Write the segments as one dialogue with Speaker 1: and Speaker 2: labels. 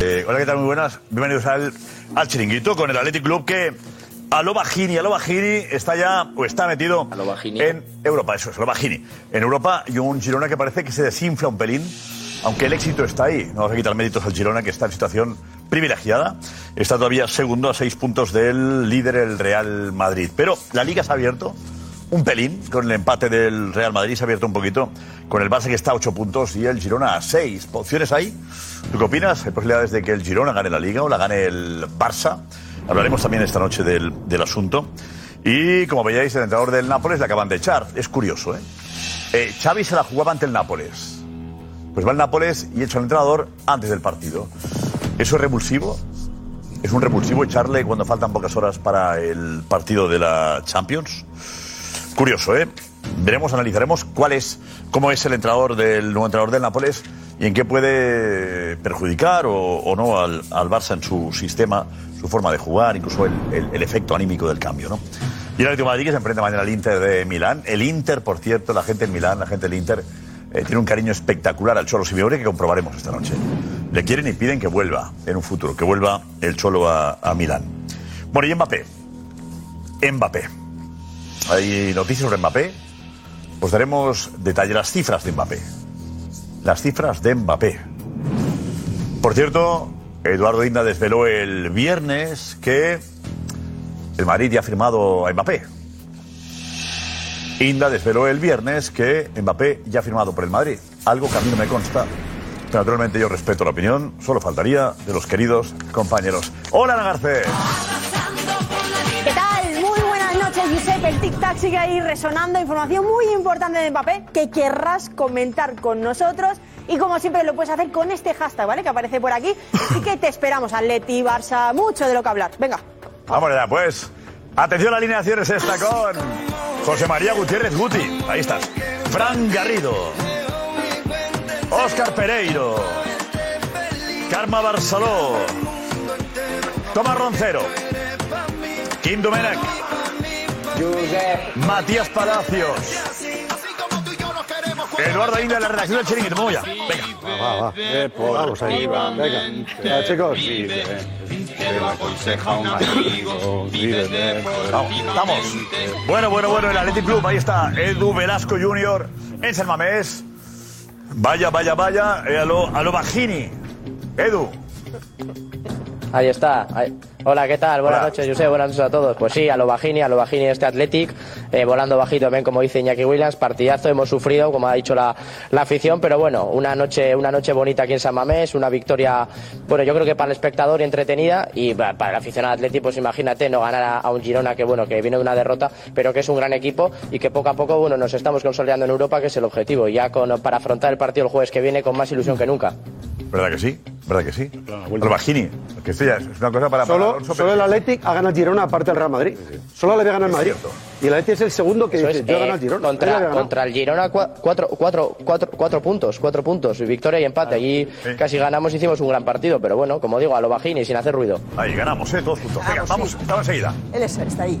Speaker 1: Eh, hola, ¿qué tal? Muy buenas. Bienvenidos al, al chiringuito con el Athletic Club que a lo bajini, a lo bajini está ya o está metido en Europa. Eso es, a lo bajini. En Europa y un Girona que parece que se desinfla un pelín, aunque el éxito está ahí. No vamos a quitar méritos al Girona que está en situación privilegiada. Está todavía segundo a seis puntos del líder, el Real Madrid. Pero la liga se ha abierto un pelín con el empate del Real Madrid, se ha abierto un poquito con el Barça que está a 8 puntos y el Girona a 6. ¿Opciones hay? ¿Tú qué opinas? ¿Hay posibilidades de que el Girona gane la Liga o la gane el Barça? Hablaremos también esta noche del, del asunto. Y como veíais, el entrenador del Nápoles le acaban de echar. Es curioso, ¿eh? Eh, Xavi se la jugaba ante el Nápoles. Pues va el Nápoles y echa al entrenador antes del partido. ¿Eso es revulsivo? ¿Es un revulsivo echarle cuando faltan pocas horas para el partido de la Champions? Curioso, ¿eh? Veremos, analizaremos cuál es, cómo es el entrenador del nuevo entrenador del Nápoles y en qué puede perjudicar o, o no al, al Barça en su sistema, su forma de jugar, incluso el, el- el efecto anímico del cambio, ¿no? Y el Atlético de Madrid que se enfrenta mañana al Inter de Milán. El Inter, por cierto, la gente del Milán, la gente del Inter, eh, tiene un cariño espectacular al Cholo Simeone que comprobaremos esta noche. Le quieren y piden que vuelva en un futuro, que vuelva el Cholo a, a Milán. Bueno, y Mbappé. Mbappé. Hay noticias sobre Mbappé. Os daremos detalle las cifras de Mbappé. Las cifras de Mbappé. Por cierto, Eduardo Inda desveló el viernes que el Madrid ya ha firmado a Mbappé. Inda desveló el viernes que Mbappé ya ha firmado por el Madrid. Algo que a mí no me consta. Pero naturalmente yo respeto la opinión. Solo faltaría de los queridos compañeros. ¡Hola, Ana Garcés!
Speaker 2: ¿Qué tal? Muy buenas noches, Giuseppe. El tic-tac sigue ahí resonando. Información muy importante de Mbappé que querrás comentar con nosotros. Y como siempre lo puedes hacer con este hashtag, ¿vale? Que aparece por aquí. Así que te esperamos, Atleti, Barça, mucho de lo que hablar. Venga.
Speaker 1: Vamos allá, pues. Atención, la alineación es esta con José María Gutiérrez Guti. Ahí estás. Fran Garrido. Óscar Pereiro. Karma Barceló. Tomás Roncero. Kim Domenech. Matías Palacios. Eduardo Inda en la redacción del Chiringuito. Vamos ya. Venga.
Speaker 3: Va, va. Vamos ahí. Venga. Ya, chicos. eh. Oh,
Speaker 1: Vamos, vamos. Bueno, bueno, bueno, el Athletic Club, ahí está. Edu Velasco Jr. en San Mamés. Vaya, vaya, vaya. eh, a, lo, a lo Bajini. Edu.
Speaker 4: Ahí está. Ahí- Hola, ¿qué tal? Buenas noches, José. Buenas noches a todos. Pues sí, a lo bajini, a lo bajini este Athletic, eh, volando bajito, ven como dice Iñaki Williams, partidazo, hemos sufrido, como ha dicho la, la afición, pero bueno, una noche, una noche bonita aquí en San Mamés, una victoria, bueno, yo creo que para el espectador entretenida y pa- para el aficionado al Athletic, pues imagínate no ganar a, a un Girona que bueno, que viene de una derrota, pero que es un gran equipo y que poco a poco, bueno, nos estamos consolidando en Europa, que es el objetivo, y ya con, para afrontar el partido el jueves que viene con más ilusión que nunca.
Speaker 1: ¿Verdad que sí? ¿Verdad que sí? A lo Bajini. Que esto ya es una cosa para. para
Speaker 3: Solo,
Speaker 1: Alonso,
Speaker 3: solo
Speaker 1: pero-
Speaker 3: el Athletic ha ganado Girona aparte del Real Madrid. Solo le había ganado el Madrid. Y el Athletic es el segundo que
Speaker 4: Eso
Speaker 3: dice,
Speaker 4: es,
Speaker 3: yo he
Speaker 4: eh,
Speaker 3: ganado el Girona. Yo le había
Speaker 4: Contra,
Speaker 3: ganado.
Speaker 4: contra el Girona, cua- cuatro, cuatro, cuatro, cuatro puntos, cuatro puntos, victoria y empate. Allí casi ganamos, hicimos un gran partido, pero bueno, como digo, a lo bajín y sin hacer ruido.
Speaker 1: Ahí ganamos, ¿eh? Todos juntos. Venga, vamos, estamos enseguida.
Speaker 2: Él es- está ahí.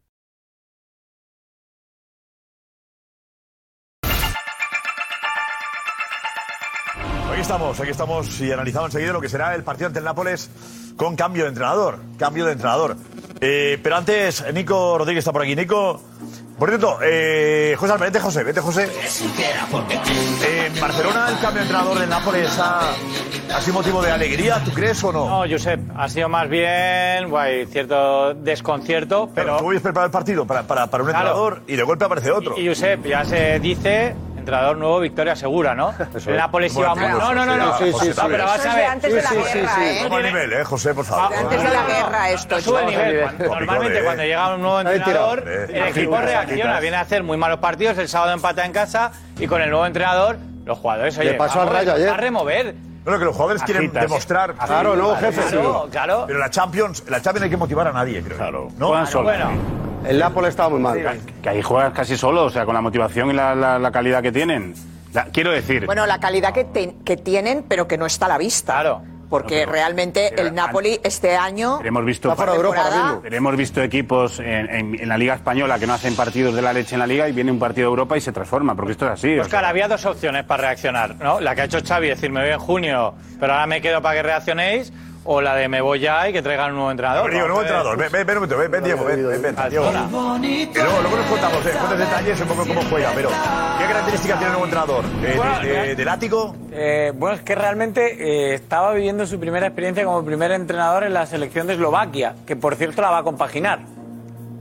Speaker 1: aquí estamos, aquí estamos y analizamos enseguida lo que será el partido ante el Nápoles con cambio de entrenador. Cambio de entrenador. Eh, pero antes, Nico Rodríguez está por aquí. Nico, por cierto, eh, José, Alba, vete José, vete José. Eh, en Barcelona, el cambio de entrenador del Nápoles ha, ha sido motivo de alegría, ¿tú crees o no?
Speaker 5: No, Josep, ha sido más bien, guay, cierto desconcierto, pero...
Speaker 1: Tú habías preparado el partido para, para, para un
Speaker 5: Claro.
Speaker 1: entrenador y de golpe aparece otro.
Speaker 5: Y Josep, ya se dice, entrenador nuevo, victoria segura, ¿no?
Speaker 1: es.
Speaker 5: La policía va
Speaker 1: Bueno,
Speaker 5: muy... No, no, no, no.
Speaker 1: Ah, sí, sí, sí,
Speaker 5: No,
Speaker 1: sí.
Speaker 5: pero vas
Speaker 1: Eso
Speaker 5: a
Speaker 1: es
Speaker 5: ver... Ah,
Speaker 1: de antes de la Sí, sí, sí, guerra, sí. ¿eh? Pues Sube el
Speaker 5: Sube
Speaker 1: nivel, ¿eh, José, por favor?
Speaker 6: Antes de la guerra esto,
Speaker 5: Sube el
Speaker 6: chicos.
Speaker 5: nivel. Cuando-
Speaker 1: Complicado,
Speaker 5: Normalmente
Speaker 1: ¿eh?
Speaker 5: cuando llega un nuevo
Speaker 1: Ahí tirado.
Speaker 5: entrenador,
Speaker 1: Eh,
Speaker 5: el
Speaker 1: las
Speaker 5: equipo
Speaker 1: figuras,
Speaker 5: reacciona,
Speaker 1: las
Speaker 5: viene a hacer muy malos partidos, el sábado empata en casa y con el nuevo entrenador, los jugadores,
Speaker 1: Le
Speaker 5: oye,
Speaker 1: pasó
Speaker 5: va a
Speaker 1: al Rayo
Speaker 5: re-
Speaker 1: ayer.
Speaker 5: va a remover.
Speaker 1: Bueno, que los jugadores quieren
Speaker 5: Agitas.
Speaker 1: demostrar.
Speaker 5: Claro, no, jefe.
Speaker 1: Claro,
Speaker 5: Claro, claro.
Speaker 1: Pero la Champions, la Champions no hay que motivar a nadie, creo. Claro. ¿No?
Speaker 7: Juegan solos.
Speaker 8: El Napoli estaba muy mal.
Speaker 7: Que ahí juegas casi solo, o sea, con la motivación y la, la- la calidad que tienen. La- quiero decir.
Speaker 6: Bueno, la calidad que, ten- que tienen, pero que no está a la vista. Claro. Porque realmente el Napoli este año.
Speaker 7: Pero Hemos visto,
Speaker 6: la temporada-
Speaker 7: Pero hemos visto equipos en, en- en la Liga Española que no hacen partidos de la leche en la Liga y viene un partido de Europa y se transforma, porque esto es así. o sea.
Speaker 5: Oscar, había dos opciones para reaccionar, ¿no? La que ha hecho Xavi, decir me voy en junio, pero ahora me quedo para que reaccionéis, o la de me voy ya y que traigan un nuevo entrenador.
Speaker 1: Diego, nuevo
Speaker 5: Vamos a ver.
Speaker 1: entrenador. Ven, ven, ven, un momento, ven, ven, Diego, ven, ven, ven, Diego. Y luego, luego nos contamos, eh, cuántos detalles, un poco cómo juega, pero ¿qué características tiene el nuevo entrenador? Eh, de- de- ¿Del ático?
Speaker 9: Eh, bueno, es que realmente eh, estaba viviendo su primera experiencia como primer entrenador en la selección de Eslovaquia, que por cierto la va a compaginar.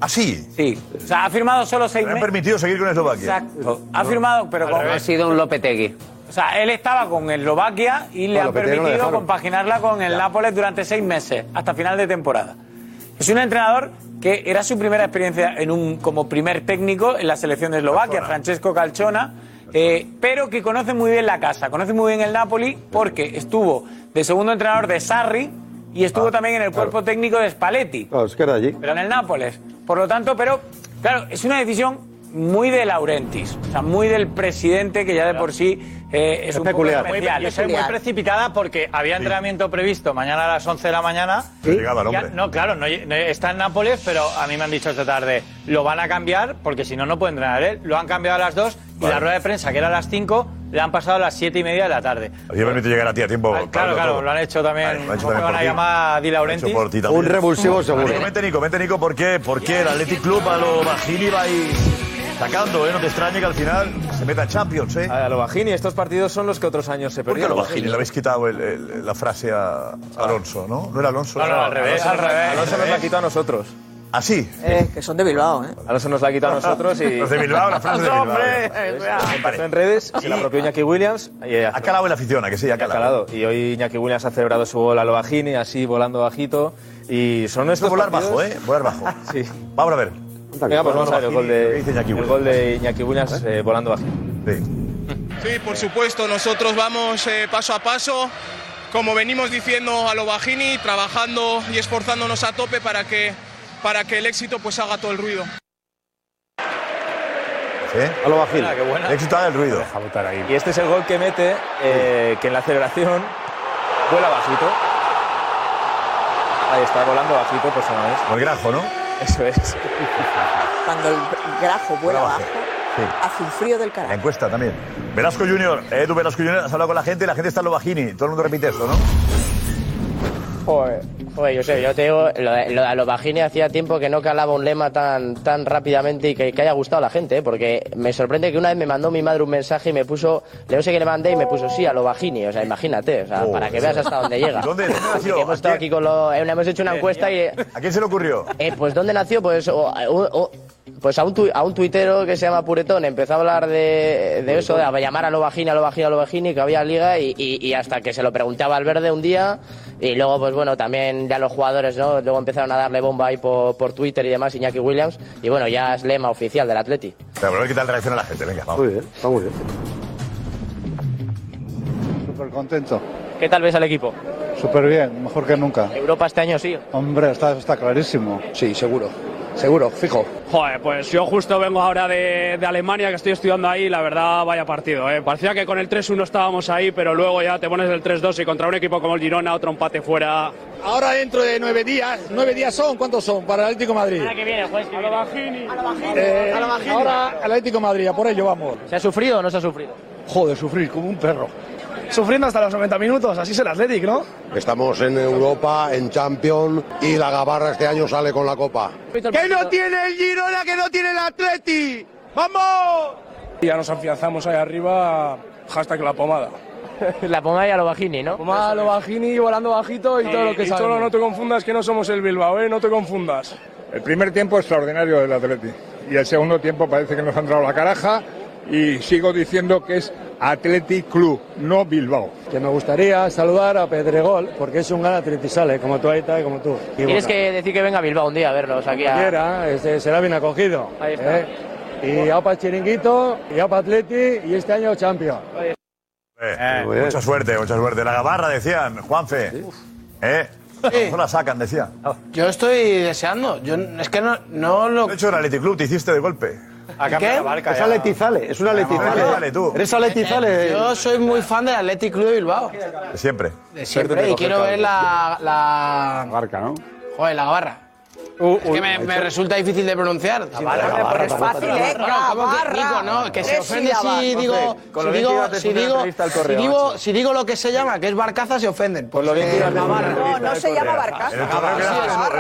Speaker 1: ¿Ah, sí?
Speaker 9: Sí. O sea, ha firmado solo seis
Speaker 1: Me han
Speaker 9: meses.
Speaker 1: permitido seguir con Eslovaquia.
Speaker 9: Exacto. Ha firmado, pero con...
Speaker 1: revés. Ha
Speaker 9: sido un Lopetegui. O sea, él estaba con Eslovaquia y le
Speaker 1: Bueno,
Speaker 9: ha
Speaker 1: Lopetegui lo
Speaker 9: permitido
Speaker 1: dejaron.
Speaker 9: compaginarla con el Nápoles durante seis meses, hasta final de temporada. Es un entrenador que era su primera experiencia en un, como primer técnico en la selección de Eslovaquia, Francesco Calchona, eh, pero que conoce muy bien la casa, conoce muy bien el Napoli porque estuvo de segundo entrenador de Sarri y estuvo también en el cuerpo técnico de Spalletti
Speaker 8: Ah, Claro, es que era allí.
Speaker 9: pero en el Nápoles. Por lo tanto, pero claro, es una decisión muy de Laurentis, o sea, muy del presidente que ya de por sí eh, es, un poco
Speaker 5: Muy,
Speaker 9: especial.
Speaker 5: yo soy muy precipitada porque había entrenamiento previsto mañana a las 11 de la mañana.
Speaker 1: Pero llegaba el
Speaker 5: Ya-
Speaker 1: hombre.
Speaker 5: no, claro, no, no- está en Nápoles, pero a mí me han dicho esta tarde, lo van a cambiar porque si no, no puede entrenar él. Lo han cambiado a las 2 y la rueda de prensa, que era a las 5, le han pasado a las 7 y media de la tarde.
Speaker 1: Había permitido llegar a ti a tiempo.
Speaker 5: Ah, Claro, claro,
Speaker 1: todo.
Speaker 5: lo han hecho también.
Speaker 1: Lo han hecho también
Speaker 5: ¿Cómo me van
Speaker 1: por
Speaker 5: a
Speaker 1: ti.
Speaker 5: llamar a Di Laurenti?
Speaker 1: Hecho por ti también.
Speaker 5: Vale.
Speaker 1: Vente, Nico, vente, Nico, ¿por qué? ¿Por qué el Athletic Club a lo Bajini vais sacando, eh? No te extrañe que al final se meta en Champions, eh.
Speaker 10: A lo Bajini, estos partidos son los que otros años se
Speaker 1: ¿Por qué
Speaker 10: perdieron.
Speaker 1: a lo Bajini? Le habéis quitado el- el- la frase a Alonso, ¿no? ¿No era Alonso?
Speaker 10: No, no,
Speaker 1: Era-
Speaker 10: al revés, al revés.
Speaker 1: Alonso nos la ha quitado.
Speaker 10: a nosotros.
Speaker 1: ¿Ah, sí?
Speaker 10: que son de Bilbao, ¿eh? Alonso nos la ha quitado a nosotros y...
Speaker 1: Los de Bilbao, la frase de Bilbao.
Speaker 10: Empezó en redes, se la apropió Iñaki Williams.
Speaker 1: Ha calado en la afición, ¿a que sí? Ha calado.
Speaker 10: Y hoy Iñaki Williams ha celebrado su gol a lo Bajini, así volando bajito. Y son
Speaker 1: Esto
Speaker 10: estos
Speaker 1: volar
Speaker 10: partidos-
Speaker 1: bajo, ¿eh? Volar bajo.
Speaker 10: Sí.
Speaker 1: Vamos a ver.
Speaker 10: Venga, pues vamos a ver el gol de,
Speaker 1: ¿Qué dice Iñaki
Speaker 10: el
Speaker 1: Williams?
Speaker 10: gol de Iñaki Williams eh, volando bajito.
Speaker 11: Sí, por supuesto, nosotros vamos eh, paso a paso, como venimos diciendo a lo bajini, trabajando y esforzándonos a tope para que, para que el éxito pues haga todo el ruido.
Speaker 1: ¿Eh? A lo Bajini. Éxito haga el ruido.
Speaker 10: Y este es el gol que mete, eh, que en la celebración vuela bajito. Ahí está, volando bajito, pues no es.
Speaker 1: Con el grajo, ¿no?
Speaker 10: Eso es.
Speaker 6: Cuando el grajo vuela
Speaker 1: Vuela
Speaker 6: abajo,
Speaker 1: abajo. Sí.
Speaker 6: hace un frío del
Speaker 1: La
Speaker 6: carajo.
Speaker 1: encuesta también. Velasco Junior, Edu Velasco Junior, has hablado con la gente, la gente está en lo Bajini. Todo el mundo repite eso, ¿no?
Speaker 4: Joder, Joder, yo sé, yo te digo, lo, de- lo de Alobagini hacía tiempo que no calaba un lema tan, tan rápidamente y que, que haya gustado a la gente, ¿eh? porque me sorprende que una vez me mandó mi madre un mensaje y me puso, le no sé qué le mandé y me puso sí, a Alobagini, o sea, imagínate, o sea,
Speaker 3: Oh,
Speaker 4: para que veas hasta dónde llega.
Speaker 1: ¿Dónde, dónde
Speaker 4: Así
Speaker 1: nació?
Speaker 4: que hemos estado
Speaker 1: ¿A quién-
Speaker 4: aquí con lo, eh, hemos hecho una
Speaker 1: Bien,
Speaker 4: encuesta y...
Speaker 1: ¿A quién se le ocurrió?
Speaker 4: Eh, pues ¿dónde nació? Pues, o- o- o- pues a, un tu- a un tuitero que se llama Puretón empezó a hablar de, de eso, de a llamar a Lovagini, a Lovagini, a Lovagini, que había liga y, y- y hasta que se lo preguntaba al verde un día y luego pues bueno, también ya los jugadores, ¿no? Luego empezaron a darle bomba ahí por, por Twitter y demás, Iñaki Williams y bueno, ya es lema oficial del Atleti.
Speaker 1: Pero a ver qué tal reacciona la gente, venga, vamos.
Speaker 8: Muy bien, está muy bien.
Speaker 12: Súper contento,
Speaker 4: ¿Qué tal ves al equipo?
Speaker 12: súper bien, mejor que nunca.
Speaker 4: Europa este año sí.
Speaker 12: Hombre, está, está clarísimo. Sí, seguro, seguro, fijo.
Speaker 13: Joder, pues yo justo vengo ahora de, de Alemania, que estoy estudiando ahí, y la verdad, vaya partido, ¿eh? Parecía que con el 3-1 estábamos ahí, pero luego ya te pones el 3-2 y contra un equipo como el Girona, otro empate fuera.
Speaker 14: Ahora dentro de nueve días, nueve días son, ¿cuántos son para el Atlético de Madrid?
Speaker 15: Ah,
Speaker 13: viene,
Speaker 15: pues.
Speaker 13: juez que viene.
Speaker 14: Eh, ahora Atlético de Madrid, a por ello vamos.
Speaker 4: ¿Se ha sufrido o no se ha sufrido?
Speaker 14: Joder, sufrir como un perro.
Speaker 15: sufriendo hasta los 90 minutos, así es el Athletic, ¿no?
Speaker 16: Estamos en Europa, en Champions y la Gabarra este año sale con la copa.
Speaker 15: ¡Que no tiene el Girona, que no tiene el Atleti! ¡Vamos! Ya nos afianzamos ahí arriba, hashtag la pomada.
Speaker 4: La pomada y a lo bajini, ¿no?
Speaker 15: Pomada, lo bajini, volando bajito y todo lo que
Speaker 4: sabemos.
Speaker 15: solo no te confundas que no somos el Bilbao, ¿eh? No te confundas.
Speaker 17: El primer tiempo extraordinario del Atleti y el segundo tiempo parece que nos han dado la caraja y sigo diciendo que es Atleti Club, no Bilbao.
Speaker 18: Que me gustaría saludar a Pedregol, porque es un gran atletizale, como tú ahí está, como tú. Y
Speaker 4: Tienes
Speaker 18: bueno,
Speaker 4: que decir que venga a Bilbao un día a verlos aquí a...
Speaker 18: cualquiera, este, será bien acogido.
Speaker 4: Ahí está.
Speaker 18: ¿eh? Y APA Chiringuito, y APA Atleti, y este año Champions.
Speaker 1: Eh, mucha suerte, mucha suerte. La gabarra, decían, Juanfe. ¿Eh? No la sacan, decía.
Speaker 9: Yo estoy deseando. Yo, es que no, no lo.
Speaker 1: De hecho, el Athletic Club te hiciste de golpe.
Speaker 9: cambiado la barca Es ya.
Speaker 1: Aletizale, es un
Speaker 9: Aletizale.
Speaker 1: tú.
Speaker 9: Eh, Yo soy muy fan del Athletic Club de Bilbao.
Speaker 1: De Siempre.
Speaker 9: De siempre. Y quiero ver la. la...
Speaker 7: Barca, ¿no?
Speaker 9: Joder, la barra. es que me, me resulta difícil de pronunciar. La
Speaker 7: Gabarra,
Speaker 9: es
Speaker 7: Gabarra,
Speaker 9: fácil,
Speaker 7: Gabarra.
Speaker 9: ¿eh? Nico, no, que se
Speaker 7: Es
Speaker 9: ofende
Speaker 7: sílaba,
Speaker 9: si digo,
Speaker 7: entonces, con
Speaker 9: si
Speaker 7: lo bien que
Speaker 9: digo,
Speaker 7: ibas de
Speaker 9: si
Speaker 7: primera
Speaker 9: digo,
Speaker 7: entrevista al
Speaker 9: si
Speaker 7: correo,
Speaker 9: digo, si digo lo que se llama, que es barcaza, se ofenden. Pues lo bien que ibas
Speaker 2: No, no se llama
Speaker 1: En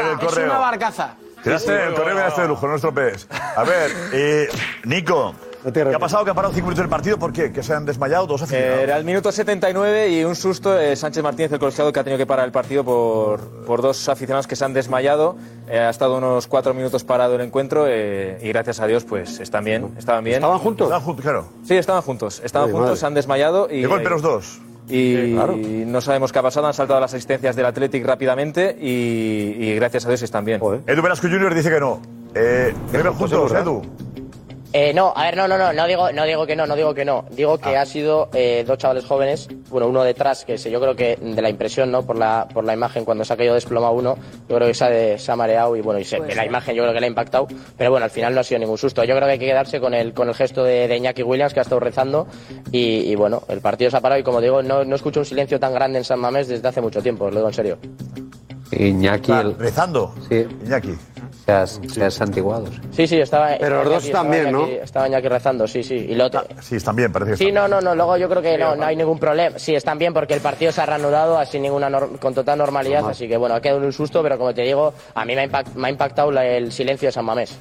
Speaker 1: el correo que das, en
Speaker 9: Ah, Sí,
Speaker 1: el
Speaker 9: Es una
Speaker 1: correo.
Speaker 9: barcaza.
Speaker 1: Tiraste el correo que daste de lujo, no estropees. A ver, eh, Nico, ¿qué ha pasado? Que ha parado cinco minutos del partido, ¿por qué? ¿Que se han desmayado dos aficionados?
Speaker 10: Eh, Era el minuto 79 y un susto de Sánchez Martínez, el colegiado, que ha tenido que parar el partido por, por dos aficionados que se han desmayado. Eh, ha estado unos cuatro minutos parado el encuentro eh, y gracias a Dios pues están bien, estaban bien.
Speaker 1: ¿Estaban juntos? Estaban juntos, claro.
Speaker 10: Sí, estaban juntos. Estaban
Speaker 1: Ay,
Speaker 10: juntos,
Speaker 1: madre.
Speaker 10: se han desmayado. Y,
Speaker 1: De golpe los dos.
Speaker 10: Y
Speaker 1: Sí, claro.
Speaker 10: no sabemos qué ha pasado. Han saltado las asistencias del Athletic rápidamente y, y gracias a Dios están bien.
Speaker 1: Edu Velasco Junior dice que no. Eh, ¿Deben juntos, Edu?
Speaker 4: Eh, no, a ver, no, no, no, no digo, no digo que no, no digo que no. Digo que
Speaker 19: Ah.
Speaker 4: ha sido eh, dos chavales jóvenes, bueno, uno detrás, que se- yo creo que de la impresión, ¿no? Por la, por la imagen, cuando se ha caído desplomado uno, yo creo que se ha, de- se ha mareado y bueno, y se-
Speaker 20: Puede
Speaker 4: la
Speaker 20: ser.
Speaker 4: imagen yo creo que le ha impactado, pero bueno, al final no ha sido ningún susto. Yo creo que hay que quedarse con el, con el gesto de, de Iñaki Williams, que ha estado rezando, y, y, bueno, el partido se ha parado y como digo, no, no escucho un silencio tan grande en San Mamés desde hace mucho tiempo, os lo digo en serio.
Speaker 19: Iñaki. el-
Speaker 1: Rezando.
Speaker 19: Sí.
Speaker 1: Iñaki.
Speaker 19: Se ha, se ha santiguado. sí.
Speaker 4: Sí, sí, estaba.
Speaker 19: Pero los
Speaker 4: estaba
Speaker 19: dos
Speaker 4: estaba
Speaker 19: también,
Speaker 4: Iñaki-
Speaker 19: ¿no? Ah.
Speaker 4: Estaba Iñaki rezando, sí, sí. Y lo otro-
Speaker 1: Sí, están bien, parece que
Speaker 4: Sí,
Speaker 1: están
Speaker 4: no, no, no. Luego yo creo que no, no hay ningún problema. Sí, están bien porque el partido se ha reanudado así ninguna nor- con total normalidad.
Speaker 19: Normal.
Speaker 4: Así que bueno, ha quedado un susto, pero como te digo, a mí me ha, impact- me ha impactado la- el silencio de San Mamés.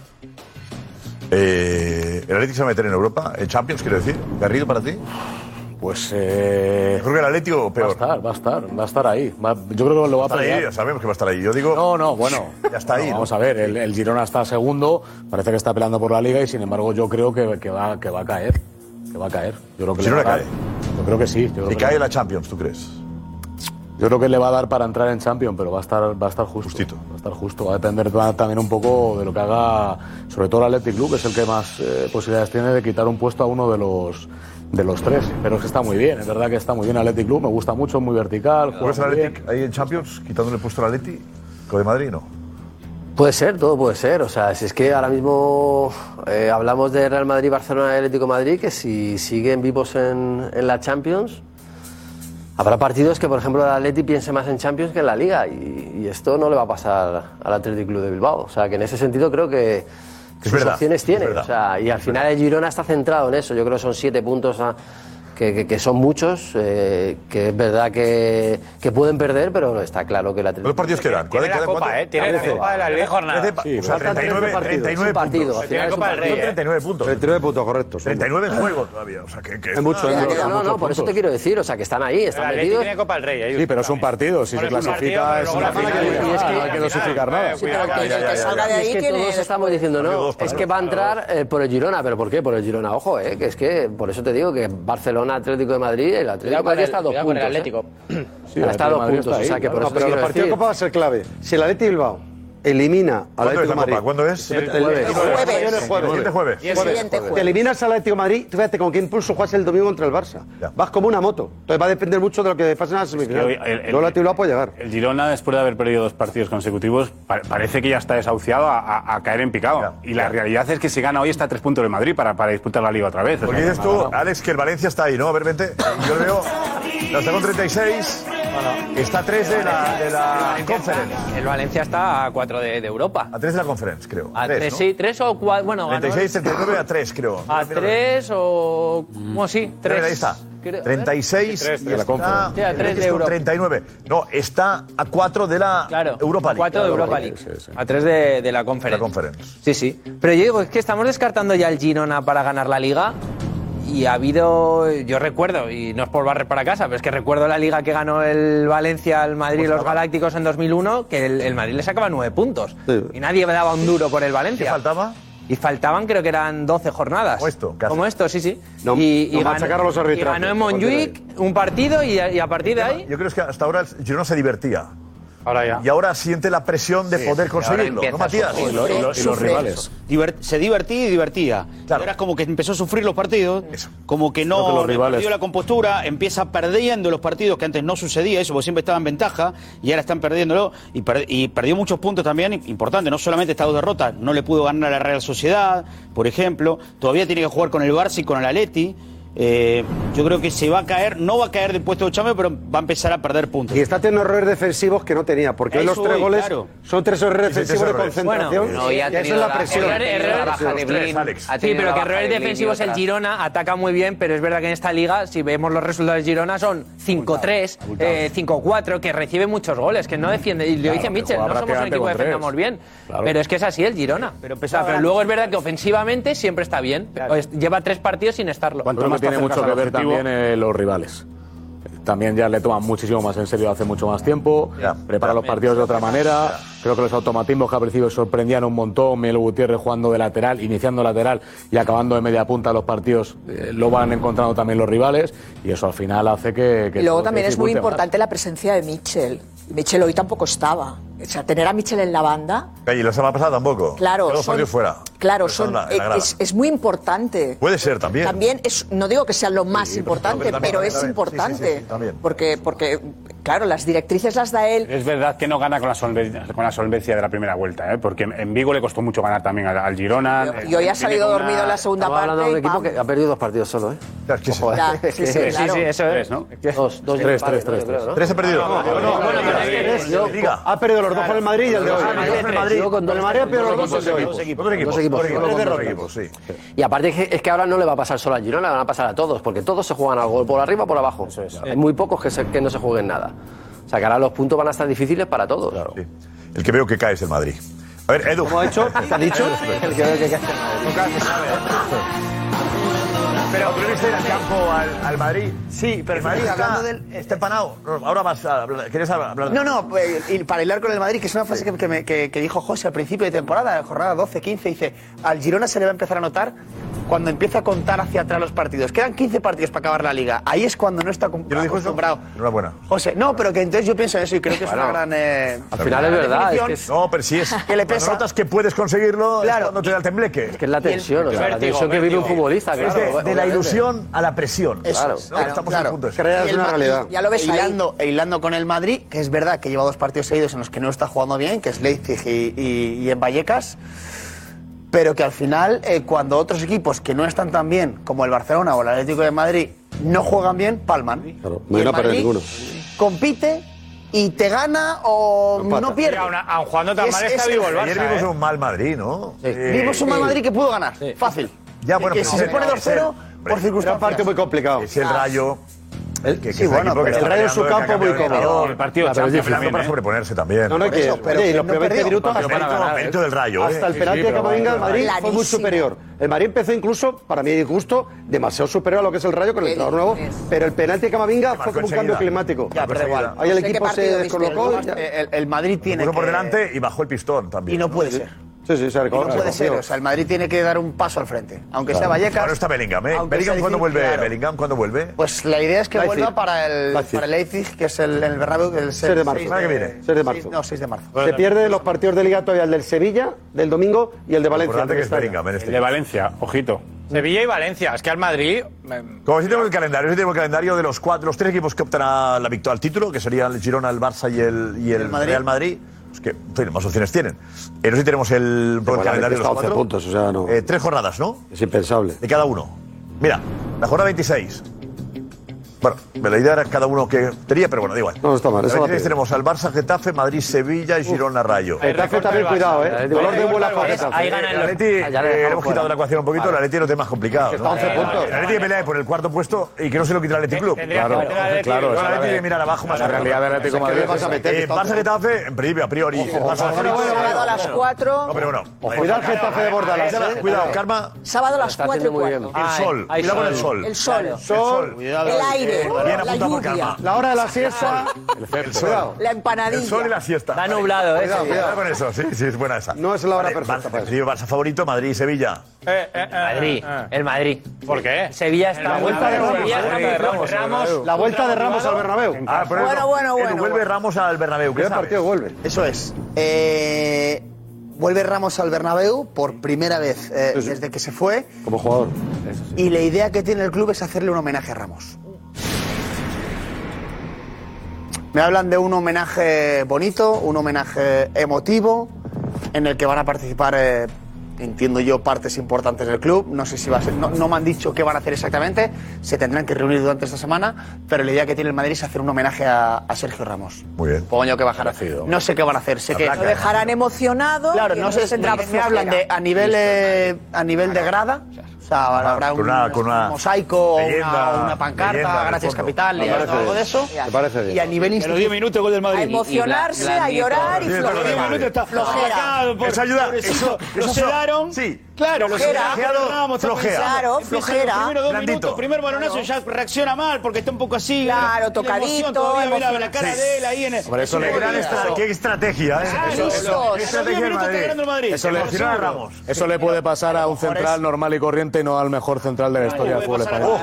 Speaker 1: Eh, ¿El Atlético se va a meter en Europa? ¿En Champions, quiero decir? ¿Garrido para ti?
Speaker 21: Pues. Eh...
Speaker 1: Creo que el Atlético
Speaker 21: Va
Speaker 1: peor.
Speaker 21: a estar, va a estar, va a estar ahí. Va- yo creo que lo va a
Speaker 1: Está ahí,
Speaker 21: pelear.
Speaker 1: ya sabemos que va a estar ahí. Yo digo.
Speaker 21: No, no, bueno.
Speaker 1: Ya está
Speaker 21: No,
Speaker 1: ahí.
Speaker 21: Vamos a ver, el, el Girona está segundo, parece que está peleando por la liga y sin embargo yo creo que, que va, que va a caer. Que va a caer. Yo creo que le
Speaker 1: Girona
Speaker 21: va a dar-
Speaker 1: cae.
Speaker 21: Yo creo que sí. Yo creo
Speaker 1: Y
Speaker 21: que
Speaker 1: cae
Speaker 21: le-
Speaker 1: la Champions, ¿tú crees?
Speaker 21: Yo creo que le va a dar para entrar en Champions, pero va a estar, va a estar justo. Va a estar justo. Va a depender ta- también un poco de lo que haga, sobre todo el Athletic Club, que es el que más eh, posibilidades tiene de quitar un puesto a uno de los de los tres. Pero es que está muy bien, es verdad que está muy bien el Athletic Club, me gusta mucho, muy vertical. juega
Speaker 1: ¿Juegas el
Speaker 21: muy bien.
Speaker 1: Atlético ahí en Champions, quitándole el puesto al Atleti? ¿Lo de Madrid no?
Speaker 19: Puede ser, todo puede ser. O sea, si es que ahora mismo eh, hablamos de Real Madrid, Barcelona y Atlético de Madrid, que si siguen vivos en, en la Champions, habrá partidos que, por ejemplo, el Atleti piense más en Champions que en la Liga. Y, y esto no le va a pasar al Atlético Club de Bilbao. O sea, que en ese sentido creo que sus
Speaker 22: verdad,
Speaker 19: opciones
Speaker 22: es
Speaker 19: tiene.
Speaker 22: verdad.
Speaker 19: O sea, y al final el Girona está centrado en eso. Yo creo que son siete puntos a- que, que- que son muchos, eh, que es verdad que, que pueden perder, pero no está claro que el Atlético...
Speaker 1: ¿Cuántos partidos quedan?
Speaker 19: Tiene
Speaker 1: ¿Cuántos
Speaker 19: la
Speaker 1: quedan?
Speaker 19: Copa,
Speaker 1: ¿Cuántos?
Speaker 19: eh, tiene la
Speaker 1: Trece.
Speaker 19: Copa de la
Speaker 1: Trece
Speaker 19: Liga.
Speaker 1: pa-
Speaker 19: Jornada.
Speaker 1: Sí, o sea,
Speaker 19: Faltan trece
Speaker 1: 39,
Speaker 19: partidos,
Speaker 1: 39
Speaker 19: un partido,
Speaker 1: puntos.
Speaker 19: al final es un partido.
Speaker 23: eh.
Speaker 1: Son 39 puntos.
Speaker 3: 39 puntos, correctos.
Speaker 1: 39 en juego todavía. O sea, que, que
Speaker 19: Es mucho,
Speaker 1: Ah,
Speaker 19: es mucho,
Speaker 1: queda-
Speaker 19: no, no, por eso te quiero decir, o sea, que están ahí,
Speaker 1: El
Speaker 19: están
Speaker 1: Atleti
Speaker 19: metidos.
Speaker 1: tiene
Speaker 21: Copa del Rey. Sí, pero es un partido, si se clasifica es una final.
Speaker 19: Y es que-
Speaker 21: no hay que dosificar nada.
Speaker 19: Y es que todos estamos diciendo, no, es que va a entrar eh, por el Girona, pero ¿por qué? Por el Girona, ojo, eh, que es que por eso te digo que Barcelona, Atlético de Madrid, el Atlético de
Speaker 4: Cuidado con
Speaker 19: Madrid
Speaker 4: el-
Speaker 19: está a dos
Speaker 4: cuidado con
Speaker 19: puntos.
Speaker 4: el
Speaker 19: eh.
Speaker 4: Atlético.
Speaker 19: Sí, Está a dos
Speaker 3: Madrid
Speaker 19: puntos,
Speaker 3: está
Speaker 19: o sea
Speaker 3: ahí,
Speaker 19: que por
Speaker 3: claro.
Speaker 19: eso te
Speaker 3: No, pero el
Speaker 19: quiero
Speaker 3: partido de
Speaker 19: decir.
Speaker 3: Copa va a ser clave. Si el Atleti Bilbao elimina al
Speaker 1: ¿Cuándo
Speaker 3: Atlético
Speaker 1: es la
Speaker 3: de Madrid.
Speaker 1: Copa? ¿Cuándo es?
Speaker 3: El,
Speaker 1: El
Speaker 3: jueves.
Speaker 1: jueves.
Speaker 3: El jueves.
Speaker 1: Siguiente jueves. Y el siguiente jueves.
Speaker 3: Te eliminas al Atlético de Madrid, tú fíjate con qué impulso juegas el domingo contra el Barça. Vas como una moto. Entonces va a depender mucho de lo que pasen en la semifinal.
Speaker 7: hoy el- el-
Speaker 3: Luego el Atlético Bilbao puede llegar.
Speaker 7: El Girona, después de haber perdido dos partidos consecutivos, pa- parece que ya está desahuciado a, a- a caer en picado. y la realidad es que si gana hoy está a tres puntos de Madrid para, para disputar la liga otra vez. O sea,
Speaker 1: Porque
Speaker 7: que
Speaker 1: Pues dices
Speaker 7: Pues nada,
Speaker 1: tú, Alex, que el Valencia está ahí, ¿no? A ver, vente. Yo lo veo. La tengo 36. Está a 3 de la, de la Conference.
Speaker 23: El Valencia está a 4 de, de Europa.
Speaker 1: A 3 de la Conference, creo.
Speaker 23: A
Speaker 1: Tres,
Speaker 23: 3,
Speaker 1: ¿no?
Speaker 23: sí, 3 o 4. Bueno, ganó-
Speaker 1: 36, 39 a 3, creo.
Speaker 23: A 3 o. Ah, Bueno, sí, 3.
Speaker 1: Mira, ahí está.
Speaker 23: creo- a ver.
Speaker 1: 36
Speaker 23: Tres de
Speaker 1: y
Speaker 23: la
Speaker 1: está- creo
Speaker 23: Conference. Sí, a
Speaker 1: que
Speaker 23: tres de
Speaker 1: son
Speaker 23: Europa.
Speaker 1: 39. No, está a 4 de la Europa League.
Speaker 23: cuatro de Europa League. A tres de, de la conferencia. Sí, sí. Pero yo digo, es que estamos descartando ya el Girona para ganar la liga. Y ha habido, yo recuerdo, y no es por barrer para casa, pero es que recuerdo la liga que ganó el Valencia al Madrid y los Galácticos en 2001, que el, el Madrid le sacaba nueve puntos. Y nadie me daba un duro por el Valencia. ¿Y faltaba? Y faltaban, creo que eran 12 jornadas. Como esto. Como esto, sí, sí.
Speaker 1: No,
Speaker 23: y,
Speaker 1: no
Speaker 23: y
Speaker 1: machacar a los
Speaker 23: y
Speaker 1: arbitrajes,
Speaker 23: ganó en
Speaker 1: a partir de
Speaker 23: Montjuic un partido y a, y a partir de ahí...
Speaker 1: Yo creo es que hasta ahora el Girona se divertía.
Speaker 23: Ahora ya.
Speaker 1: Y ahora siente la presión de
Speaker 24: Sí,
Speaker 1: poder
Speaker 24: y ahora
Speaker 1: conseguirlo,
Speaker 24: empieza
Speaker 1: ¿no,
Speaker 24: a
Speaker 1: Matías?
Speaker 24: sufrir. Sufre. Diver- se divertía y divertía. Ahora es como que empezó a sufrir los partidos, como que
Speaker 21: Creo
Speaker 24: no
Speaker 21: que los
Speaker 24: le
Speaker 21: rivales-
Speaker 24: perdió la compostura, empieza perdiendo los partidos que antes no sucedía, eso, porque siempre estaba en ventaja y ahora están perdiéndolo. Y, per- y perdió muchos puntos también, importante, no solamente estas dos derrotas, no le pudo ganar a la Real Sociedad, por ejemplo, todavía tiene que jugar con el Barça y con el Atleti. Eh, yo creo que se va a caer, no va a caer de puesto de Champions, pero va a empezar a perder puntos.
Speaker 3: Y está teniendo errores defensivos que no tenía, porque hoy
Speaker 24: Eso
Speaker 3: los tres
Speaker 24: voy,
Speaker 3: goles
Speaker 24: claro.
Speaker 3: son tres errores defensivos de concentración.
Speaker 23: no, y ha
Speaker 3: y eso
Speaker 23: tenido
Speaker 3: es la
Speaker 23: la-
Speaker 3: presión.
Speaker 23: errores- errores- Sí, pero que errores defensivos el Girona ataca muy bien, pero es verdad que en esta liga, si vemos los resultados del Girona, son 5-3, eh, 5-4, que recibe muchos goles, que no defiende. Y lo
Speaker 24: Claro,
Speaker 23: dice
Speaker 24: que
Speaker 23: Mitchell,
Speaker 24: juega
Speaker 23: no somos un
Speaker 24: prácticamente
Speaker 23: equipo que
Speaker 24: con tres.
Speaker 23: defendamos bien.
Speaker 24: Claro.
Speaker 23: Pero es que es así el Girona. Pero, pero luego es verdad que ofensivamente siempre está bien. Es- Lleva tres partidos sin estarlo.
Speaker 21: Creo que tiene mucho que ver también eh, los rivales. También ya le toman muchísimo más en serio hace mucho más tiempo, prepara los partidos de otra manera. Creo que los automatismos que al principio sorprendían un montón, Miguel Gutiérrez jugando de lateral, iniciando lateral y acabando de media punta los partidos, eh, lo van encontrando también los rivales y eso al final hace que... que
Speaker 6: Y luego
Speaker 21: todo se
Speaker 6: también es muy
Speaker 21: dificulte más.
Speaker 6: importante la presencia de Mitchell. Mitchell hoy tampoco estaba. O sea, tener a Mitchell en la banda,
Speaker 1: Oye, ¿y la semana pasada tampoco.
Speaker 6: Claro,
Speaker 1: Todos
Speaker 6: son-
Speaker 1: partidos fuera.
Speaker 6: claro,
Speaker 1: Pero
Speaker 6: son,
Speaker 1: en la- en la
Speaker 6: eh,
Speaker 1: grada.
Speaker 6: es, es muy importante.
Speaker 1: Puede ser también.
Speaker 6: También es, no digo que sea lo más
Speaker 1: no,
Speaker 6: importante,
Speaker 1: pero
Speaker 6: pero,
Speaker 1: también,
Speaker 6: es
Speaker 1: también.
Speaker 6: importante.
Speaker 1: Sí, sí, sí, sí, también.
Speaker 6: Porque, porque, claro, las directrices las da él.
Speaker 7: Es verdad que no gana con la solvencia, con la solvencia de la primera vuelta, ¿eh? porque en- en Vigo le costó mucho ganar también al, al Girona.
Speaker 6: Y hoy
Speaker 7: Eh,
Speaker 6: ha salido
Speaker 7: viene con
Speaker 6: dormido
Speaker 7: una-
Speaker 6: en la segunda
Speaker 19: Estamos hablando de
Speaker 6: parte.
Speaker 19: un
Speaker 6: y
Speaker 19: equipo
Speaker 6: pam.
Speaker 19: que ha perdido dos partidos solo, ¿eh? Ojo,
Speaker 6: Ya,
Speaker 19: eh.
Speaker 6: sí, sí, Sí, sí, claro. sí, eso es.
Speaker 19: Tres, ¿no? Dos, dos
Speaker 21: Tres,
Speaker 19: empates,
Speaker 21: tres, tres,
Speaker 19: yo creo,
Speaker 21: tres.
Speaker 19: ¿no?
Speaker 21: Tres he perdido.
Speaker 19: No, no, no, no, no,
Speaker 3: Tres, yo-
Speaker 19: Liga.
Speaker 3: Ha perdido los dos por el Madrid y el de hoy.
Speaker 19: Ah, Madrid,
Speaker 3: El Madrid-
Speaker 19: tres. Yo con
Speaker 3: el
Speaker 19: dos-
Speaker 3: Madrid ha perdido
Speaker 19: dos
Speaker 3: los dos el de hoy.
Speaker 19: equipos, dos equipos,
Speaker 3: Dos
Speaker 19: dos equipos,
Speaker 3: solo
Speaker 19: dos
Speaker 3: con dos
Speaker 19: equipos.
Speaker 3: equipos, sí.
Speaker 19: Y aparte es que- es que ahora no le va a pasar solo al Girona, le van a pasar a todos, porque todos se juegan al gol por arriba o por abajo. Hay muy pocos que, se- que no se jueguen nada. O sea, que ahora los puntos van a estar difíciles para todos. Claro.
Speaker 1: El que veo que cae es el Madrid. A ver, Edu. ¿Cómo ha hecho?
Speaker 19: ¿Te ha dicho? El que veo que cae.
Speaker 1: Pero tú viste ir al campo al, al Madrid.
Speaker 14: Sí, pero
Speaker 1: el Madrid
Speaker 14: fíjate,
Speaker 1: hablando
Speaker 14: hablando
Speaker 1: del. Este panado. Ahora vas a hablar. ¿Quieres hablar?
Speaker 14: No, no, eh, y para hilar con el Madrid, que es una frase que, que me- que- que dijo José al principio de temporada, jornada 12-15, dice, al Girona se le va a empezar a notar cuando empieza a contar hacia atrás los partidos. Quedan 15 partidos para acabar la liga. Ahí es cuando no está acom- acostumbrado.
Speaker 1: Enhorabuena.
Speaker 14: José, no, pero que entonces yo pienso en eso y creo que es
Speaker 1: Bueno,
Speaker 14: una gran... eh,
Speaker 19: es
Speaker 14: gran
Speaker 19: verdad,
Speaker 14: definición.
Speaker 1: No, pero sí es.
Speaker 14: Que le
Speaker 1: cuando
Speaker 14: pesa.
Speaker 1: notas que puedes conseguirlo claro. cuando te da el tembleque. Es
Speaker 19: que es la tensión, o sea, la Vértigo, tensión que vive un vértigo. futbolista,
Speaker 1: Es
Speaker 19: claro,
Speaker 1: de, de la
Speaker 19: obviamente.
Speaker 1: ilusión a la presión.
Speaker 14: Eso
Speaker 1: Claro.
Speaker 14: es,
Speaker 1: ¿no? Estamos en
Speaker 14: claro.
Speaker 1: el punto. de eso.
Speaker 14: Y el Ma- y- Ya lo ves hilando, e hilando con el Madrid, que es verdad que lleva dos partidos seguidos en los que no está jugando bien, que es Leipzig y, y- y en Vallecas. Pero que al final, eh, cuando otros equipos que no están tan bien, como el Barcelona o el Atlético de Madrid, no juegan bien, palman. Y
Speaker 3: Madrid
Speaker 14: el
Speaker 3: no pierde
Speaker 14: Madrid
Speaker 3: ninguno.
Speaker 14: Compite y te gana o
Speaker 1: Empata.
Speaker 14: no pierde.
Speaker 1: Mira,
Speaker 14: aun jugando
Speaker 1: Ayer vimos un mal Madrid, ¿no? Eh,
Speaker 14: Vimos un mal
Speaker 1: sí.
Speaker 14: Madrid que pudo ganar. Fácil.
Speaker 1: Ya, bueno,
Speaker 14: que
Speaker 1: pero
Speaker 14: si se
Speaker 1: no,
Speaker 14: pone
Speaker 1: no,
Speaker 14: 2-0,
Speaker 1: es el-
Speaker 14: por circunstancias.
Speaker 3: Era parte muy complicado.
Speaker 1: Es el rayo. El, que,
Speaker 3: Ah, Sí, bueno, pero el Rayo en su campo muy cómodo. Claro,
Speaker 1: El partido
Speaker 3: pero es
Speaker 1: Champions,
Speaker 3: difícil,
Speaker 1: peleando para
Speaker 3: ¿eh?
Speaker 1: sobreponerse también.
Speaker 3: No, no,
Speaker 1: Por
Speaker 3: que-
Speaker 1: eso,
Speaker 3: oye, y los primeros
Speaker 1: no perdió.
Speaker 3: 20 minutos hasta-
Speaker 1: Mérito- mérito del Rayo. ¿eh?
Speaker 3: Hasta el penalti de Camavinga, el Madrid fue muy superior. El Madrid empezó incluso, para mi disgusto, demasiado superior a lo que es el Rayo con el entrenador nuevo. Pero el penalti de Camavinga fue como un cambio climático.
Speaker 14: Ya, pero da igual.
Speaker 3: Ahí el
Speaker 14: No sé qué
Speaker 3: equipo se
Speaker 14: partido viste,
Speaker 3: descolocó.
Speaker 14: el- El, el Madrid tiene
Speaker 1: Puso por
Speaker 14: que-
Speaker 1: delante y bajó el pistón también.
Speaker 14: Y no puede ser.
Speaker 3: Sí, sí, se
Speaker 14: Y no
Speaker 3: reconoce.
Speaker 14: puede ser. O sea, el Madrid tiene que dar un paso al frente. Aunque sea
Speaker 1: Claro.
Speaker 14: Vallecas.
Speaker 1: Ahora está Bellingham, ¿eh?
Speaker 14: aunque
Speaker 1: Bellingham,
Speaker 14: sea
Speaker 1: ¿cuándo
Speaker 14: difícil,
Speaker 1: vuelve?
Speaker 14: claro.
Speaker 1: Bellingham, ¿cuándo vuelve?
Speaker 14: Pues la idea es que
Speaker 1: Leipzig.
Speaker 14: vuelva para el,
Speaker 1: Leipzig.
Speaker 14: para el Leipzig, que es el, el Bernabéu, que es el
Speaker 3: Seis de marzo.
Speaker 14: seis
Speaker 3: Semana que viene. Seis de
Speaker 14: seis-
Speaker 3: marzo.
Speaker 14: no, 6 de marzo.
Speaker 3: Se pierde los partidos de Liga todavía el del Sevilla, del domingo y el de Valencia. el de Mestalla.
Speaker 1: ¿eh? este
Speaker 7: El de Valencia, ojito.
Speaker 5: Mm. Sevilla y Valencia. Es que al Madrid.
Speaker 1: Como si tenemos el calendario, si tenemos el calendario de los cuatro, los tres equipos que optan a la victoria al título, que serían el Girona, el Barça y el, y el,
Speaker 14: El Madrid.
Speaker 1: Real Madrid, pues que en fin, más opciones tienen. Eh, no sé si tenemos el, un poco el
Speaker 3: Bueno, la
Speaker 1: calendario
Speaker 3: Valencia está
Speaker 1: de los
Speaker 3: a 11
Speaker 1: cuatro.
Speaker 3: puntos, o sea, no.
Speaker 1: Eh, tres jornadas, ¿no?
Speaker 3: Es impensable.
Speaker 1: De cada uno. Mira, la jornada 26. Bueno, la idea era cada uno que tenía, pero bueno, da igual.
Speaker 3: No está mal,
Speaker 1: La
Speaker 3: eso va
Speaker 1: 23
Speaker 3: bien.
Speaker 1: tenemos al Barça, Getafe, Madrid, Sevilla y Girona, Rayo.
Speaker 3: Getafe también, cuidado, ¿eh? Dolor de bola para Getafe.
Speaker 1: Ahí gana el Atleti. eh, le hemos quitado la ecuación un poquito. El Atleti lo tiene más complicado.
Speaker 3: está a 11 puntos.
Speaker 1: El Atleti pelea por el cuarto puesto y que no se lo quite el Atleti
Speaker 24: Eh,
Speaker 1: Club.
Speaker 7: Tendría que meter al Atleti. Claro,
Speaker 1: El
Speaker 7: esa
Speaker 1: Atleti
Speaker 7: es la-
Speaker 1: de mirar abajo más
Speaker 7: la
Speaker 1: arriba.
Speaker 7: realidad del Atlético
Speaker 1: Es que
Speaker 7: Madrid
Speaker 1: le vas a
Speaker 7: es
Speaker 1: meter,
Speaker 7: esa.
Speaker 1: eh, Barça Getafe, en principio, a priori. Barça
Speaker 6: Bueno, bueno, sábado a las 4.
Speaker 1: No, pero bueno.
Speaker 3: Cuidado el Getafe de Bordalás, ¿eh?
Speaker 1: Cuidado, calma.
Speaker 6: Sábado a las
Speaker 1: Está
Speaker 6: 4
Speaker 1: haciendo
Speaker 6: y
Speaker 1: muy
Speaker 6: cuarto.
Speaker 1: bien. El sol, Ay, cuidado con el sol.
Speaker 6: El sol.
Speaker 1: El sol. Cuidado.
Speaker 6: El aire.
Speaker 1: Eh, bien
Speaker 6: la
Speaker 1: apuntado por
Speaker 6: lluvia.
Speaker 1: calma. La hora de la siesta. El sol.
Speaker 6: La empanadilla.
Speaker 1: El sol y la siesta.
Speaker 6: Da nublado, ¿eh?
Speaker 1: Cuidado,
Speaker 6: Sí.
Speaker 1: cuidado con eso. Sí, sí, es buena esa. No es la hora perfecta. Barça, Barça favorito, Madrid y Sevilla.
Speaker 23: Madrid, el Madrid.
Speaker 5: ¿Por qué?
Speaker 23: Sevilla está.
Speaker 1: La vuelta de Ramos.
Speaker 23: Sevilla está-
Speaker 3: La vuelta de Ramos al Bernabéu.
Speaker 1: Ah, pero
Speaker 14: Bueno, bueno,
Speaker 1: eh,
Speaker 14: bueno,
Speaker 1: Vuelve
Speaker 14: bueno.
Speaker 1: Ramos al Bernabéu. ¿Qué
Speaker 14: Primer
Speaker 1: sabes?
Speaker 14: partido
Speaker 3: vuelve.
Speaker 14: Eso es. Eh, vuelve Ramos al Bernabéu por primera vez eh, desde que se fue.
Speaker 3: Como jugador.
Speaker 14: Y la idea que tiene el club es hacerle un homenaje a Ramos. Me hablan de un homenaje bonito, un homenaje emotivo, en el que van a participar, eh, entiendo yo, partes importantes del club. No sé si va a ser, no, no me han dicho qué van a hacer exactamente, se tendrán que reunir durante esta semana, pero la idea que tiene el Madrid es hacer un homenaje a, a Sergio Ramos.
Speaker 1: Muy bien.
Speaker 14: Supongo que bajará. No sé qué van a hacer, sé que...
Speaker 6: Lo dejarán emocionado.
Speaker 14: Claro,
Speaker 6: y
Speaker 14: no sé,
Speaker 6: entonces
Speaker 14: me,
Speaker 6: tendrá
Speaker 14: me hablan de
Speaker 6: flojera.
Speaker 14: a nivel, eh, a nivel de grada, o sea, habrá
Speaker 1: con
Speaker 14: un,
Speaker 1: una- con una
Speaker 14: mosaico, una-
Speaker 1: leyenda-
Speaker 14: una, pancarta,
Speaker 1: leyenda en el
Speaker 14: gracias
Speaker 1: fondo.
Speaker 14: capital,
Speaker 1: Me
Speaker 14: eh,
Speaker 1: parece
Speaker 14: algo
Speaker 1: bien.
Speaker 14: de eso.
Speaker 1: Me parece bien.
Speaker 14: Y a nivel
Speaker 1: En los 10 minutos, gol del Madrid.
Speaker 6: A emocionarse, a llorar y
Speaker 1: Sí, pero
Speaker 6: flojera.
Speaker 1: Madrid está
Speaker 6: Flojera.
Speaker 1: atacado por- Eso ayuda,
Speaker 24: pobrecito,
Speaker 1: eso-
Speaker 24: lo
Speaker 1: eso-
Speaker 24: sedaron.
Speaker 1: Sí.
Speaker 24: Claro, lo
Speaker 1: Flojera.
Speaker 24: sedaron,
Speaker 1: Flojera.
Speaker 24: pero Ramos está
Speaker 1: Flojera.
Speaker 24: pensando,
Speaker 1: Claro,
Speaker 24: empieza los
Speaker 1: flojera.
Speaker 24: Primeros dos
Speaker 1: Blandito.
Speaker 24: minutos, primer balonazo, ya reacciona mal porque está un poco así.
Speaker 6: Claro,
Speaker 24: la
Speaker 6: tocadito,
Speaker 24: emoción Todavía mira la cara
Speaker 1: Sí.
Speaker 24: de él ahí en el.
Speaker 1: Hombre, eso
Speaker 24: es
Speaker 1: le-
Speaker 24: un
Speaker 1: gran
Speaker 24: golazo.
Speaker 1: estra- qué estrategia, ¿eh?
Speaker 24: Ah,
Speaker 1: Eso-
Speaker 24: listos.
Speaker 1: eso-
Speaker 24: A
Speaker 1: qué
Speaker 24: los
Speaker 1: estrategia
Speaker 24: 10 minutos
Speaker 1: del
Speaker 24: está
Speaker 1: Madrid.
Speaker 24: ganando el Madrid.
Speaker 21: Eso le,
Speaker 1: Emocionar a Ramos.
Speaker 21: eso le puede pasar a un
Speaker 1: mejor
Speaker 21: central
Speaker 1: es-
Speaker 21: normal y corriente, no al mejor central de la historia del fútbol español.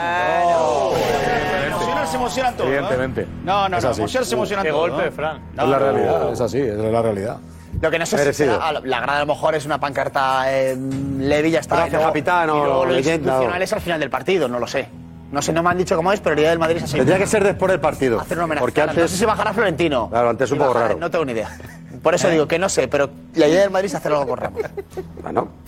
Speaker 24: Emocionarse emocionan todos. ¿eh?
Speaker 21: Evidentemente.
Speaker 24: No, no,
Speaker 21: Es
Speaker 24: no.
Speaker 21: así.
Speaker 24: Emocionarse emocionan
Speaker 21: Qué
Speaker 24: todos.
Speaker 21: golpe,
Speaker 24: ¿eh?
Speaker 21: Fran.
Speaker 24: No,
Speaker 21: es la
Speaker 24: no.
Speaker 21: realidad, es así, es la realidad.
Speaker 14: Lo que no sé si
Speaker 21: Merecido.
Speaker 14: será- a la, la grada a lo mejor es una pancarta eh, leve y ya está.
Speaker 3: Gracias,
Speaker 14: Y luego-
Speaker 3: capitán, o
Speaker 14: y luego lo
Speaker 3: leyenda,
Speaker 14: institucional
Speaker 3: o-
Speaker 14: es al final del partido, no lo sé. No sé, no me han dicho cómo es, pero la idea del Madrid es así.
Speaker 3: Tendría que ser después del partido.
Speaker 14: Hacer un homenaje.
Speaker 3: Porque
Speaker 14: No
Speaker 3: antes.
Speaker 14: sé si bajará Florentino.
Speaker 3: Claro, antes es un
Speaker 14: Si
Speaker 3: poco
Speaker 14: bajará,
Speaker 3: raro. Eh.
Speaker 14: No tengo ni idea. Por eso digo que no sé, pero la idea del Madrid es hacer algo con Ramos.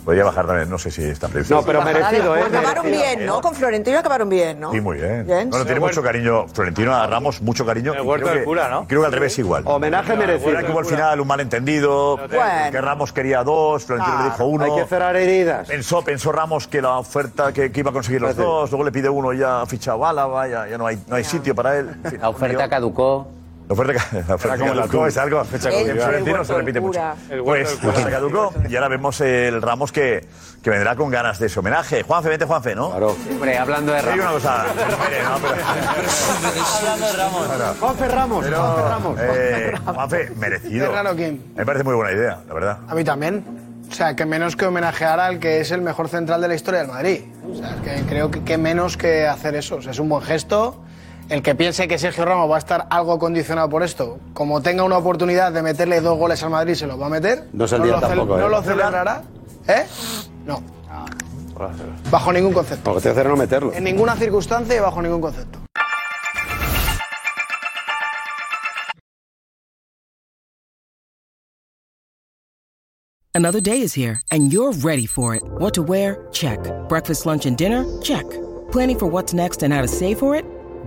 Speaker 1: Podría bajar también, no sé si está previsto.
Speaker 3: No, pero merecido, ¿eh?
Speaker 6: Acabaron bien, ¿no? Con Florentino acabaron bien, ¿no?
Speaker 1: Sí, muy bien.
Speaker 6: Bien.
Speaker 1: Bueno, tiene mucho cariño Florentino a Ramos, mucho cariño. y
Speaker 5: huerto
Speaker 1: creo
Speaker 5: del
Speaker 1: que-
Speaker 5: cura, ¿no?
Speaker 1: y Creo que al revés igual. Homenaje
Speaker 3: merecido.
Speaker 1: que hubo al final un malentendido,
Speaker 3: Bueno.
Speaker 1: que Ramos quería dos, Florentino le dijo uno.
Speaker 3: Hay que cerrar heridas.
Speaker 1: Pensó, pensó Ramos que la oferta que, que iba a conseguir los dos, luego le pide uno y ya ha fichado a Álava, ya, ya no, hay, no hay sitio para él. La oferta
Speaker 23: caducó.
Speaker 1: La oferta, ca- la oferta
Speaker 21: Era como la
Speaker 1: caducó,
Speaker 21: tuya.
Speaker 1: es algo
Speaker 21: Fecha
Speaker 1: que
Speaker 21: con-
Speaker 1: en
Speaker 21: el
Speaker 1: Florentino
Speaker 21: huerto
Speaker 1: se
Speaker 21: del
Speaker 1: repite mucho.
Speaker 21: cura. El huerto
Speaker 1: Pues
Speaker 21: del
Speaker 1: la
Speaker 21: cura.
Speaker 1: oferta caducó y ahora vemos el Ramos que, que vendrá con ganas de ese homenaje. Juanfe, vente Juanfe, ¿no? Claro.
Speaker 23: Hombre, hablando de
Speaker 1: Hay
Speaker 23: Ramos.
Speaker 1: una cosa.
Speaker 23: Hablando de Ramos.
Speaker 1: Juanfe Ramos, Juanfe Ramos. Eh, Juanfe, merecido.
Speaker 25: ¿Es raro quién?
Speaker 1: Me parece muy buena idea, la verdad.
Speaker 25: A mí también. O sea, que menos que homenajear al que es el mejor central de la historia del Madrid. O sea, que creo que, que menos que hacer eso. O sea, es un buen gesto. El que piense que Sergio Ramos va a estar algo condicionado por esto, como tenga una oportunidad de meterle dos goles al Madrid, se los va a meter.
Speaker 3: No es el día
Speaker 25: lo cel-
Speaker 3: tampoco, ¿eh?
Speaker 25: No lo celebrará. ¿Eh? No. Bajo ningún concepto.
Speaker 3: Porque estoy hacer no meterlo.
Speaker 25: En ninguna circunstancia y bajo ningún concepto.
Speaker 26: Another day is here, and you're ready for it. What to wear? Check. Breakfast, lunch, and dinner? Check. Planning for what's next and how to save for it?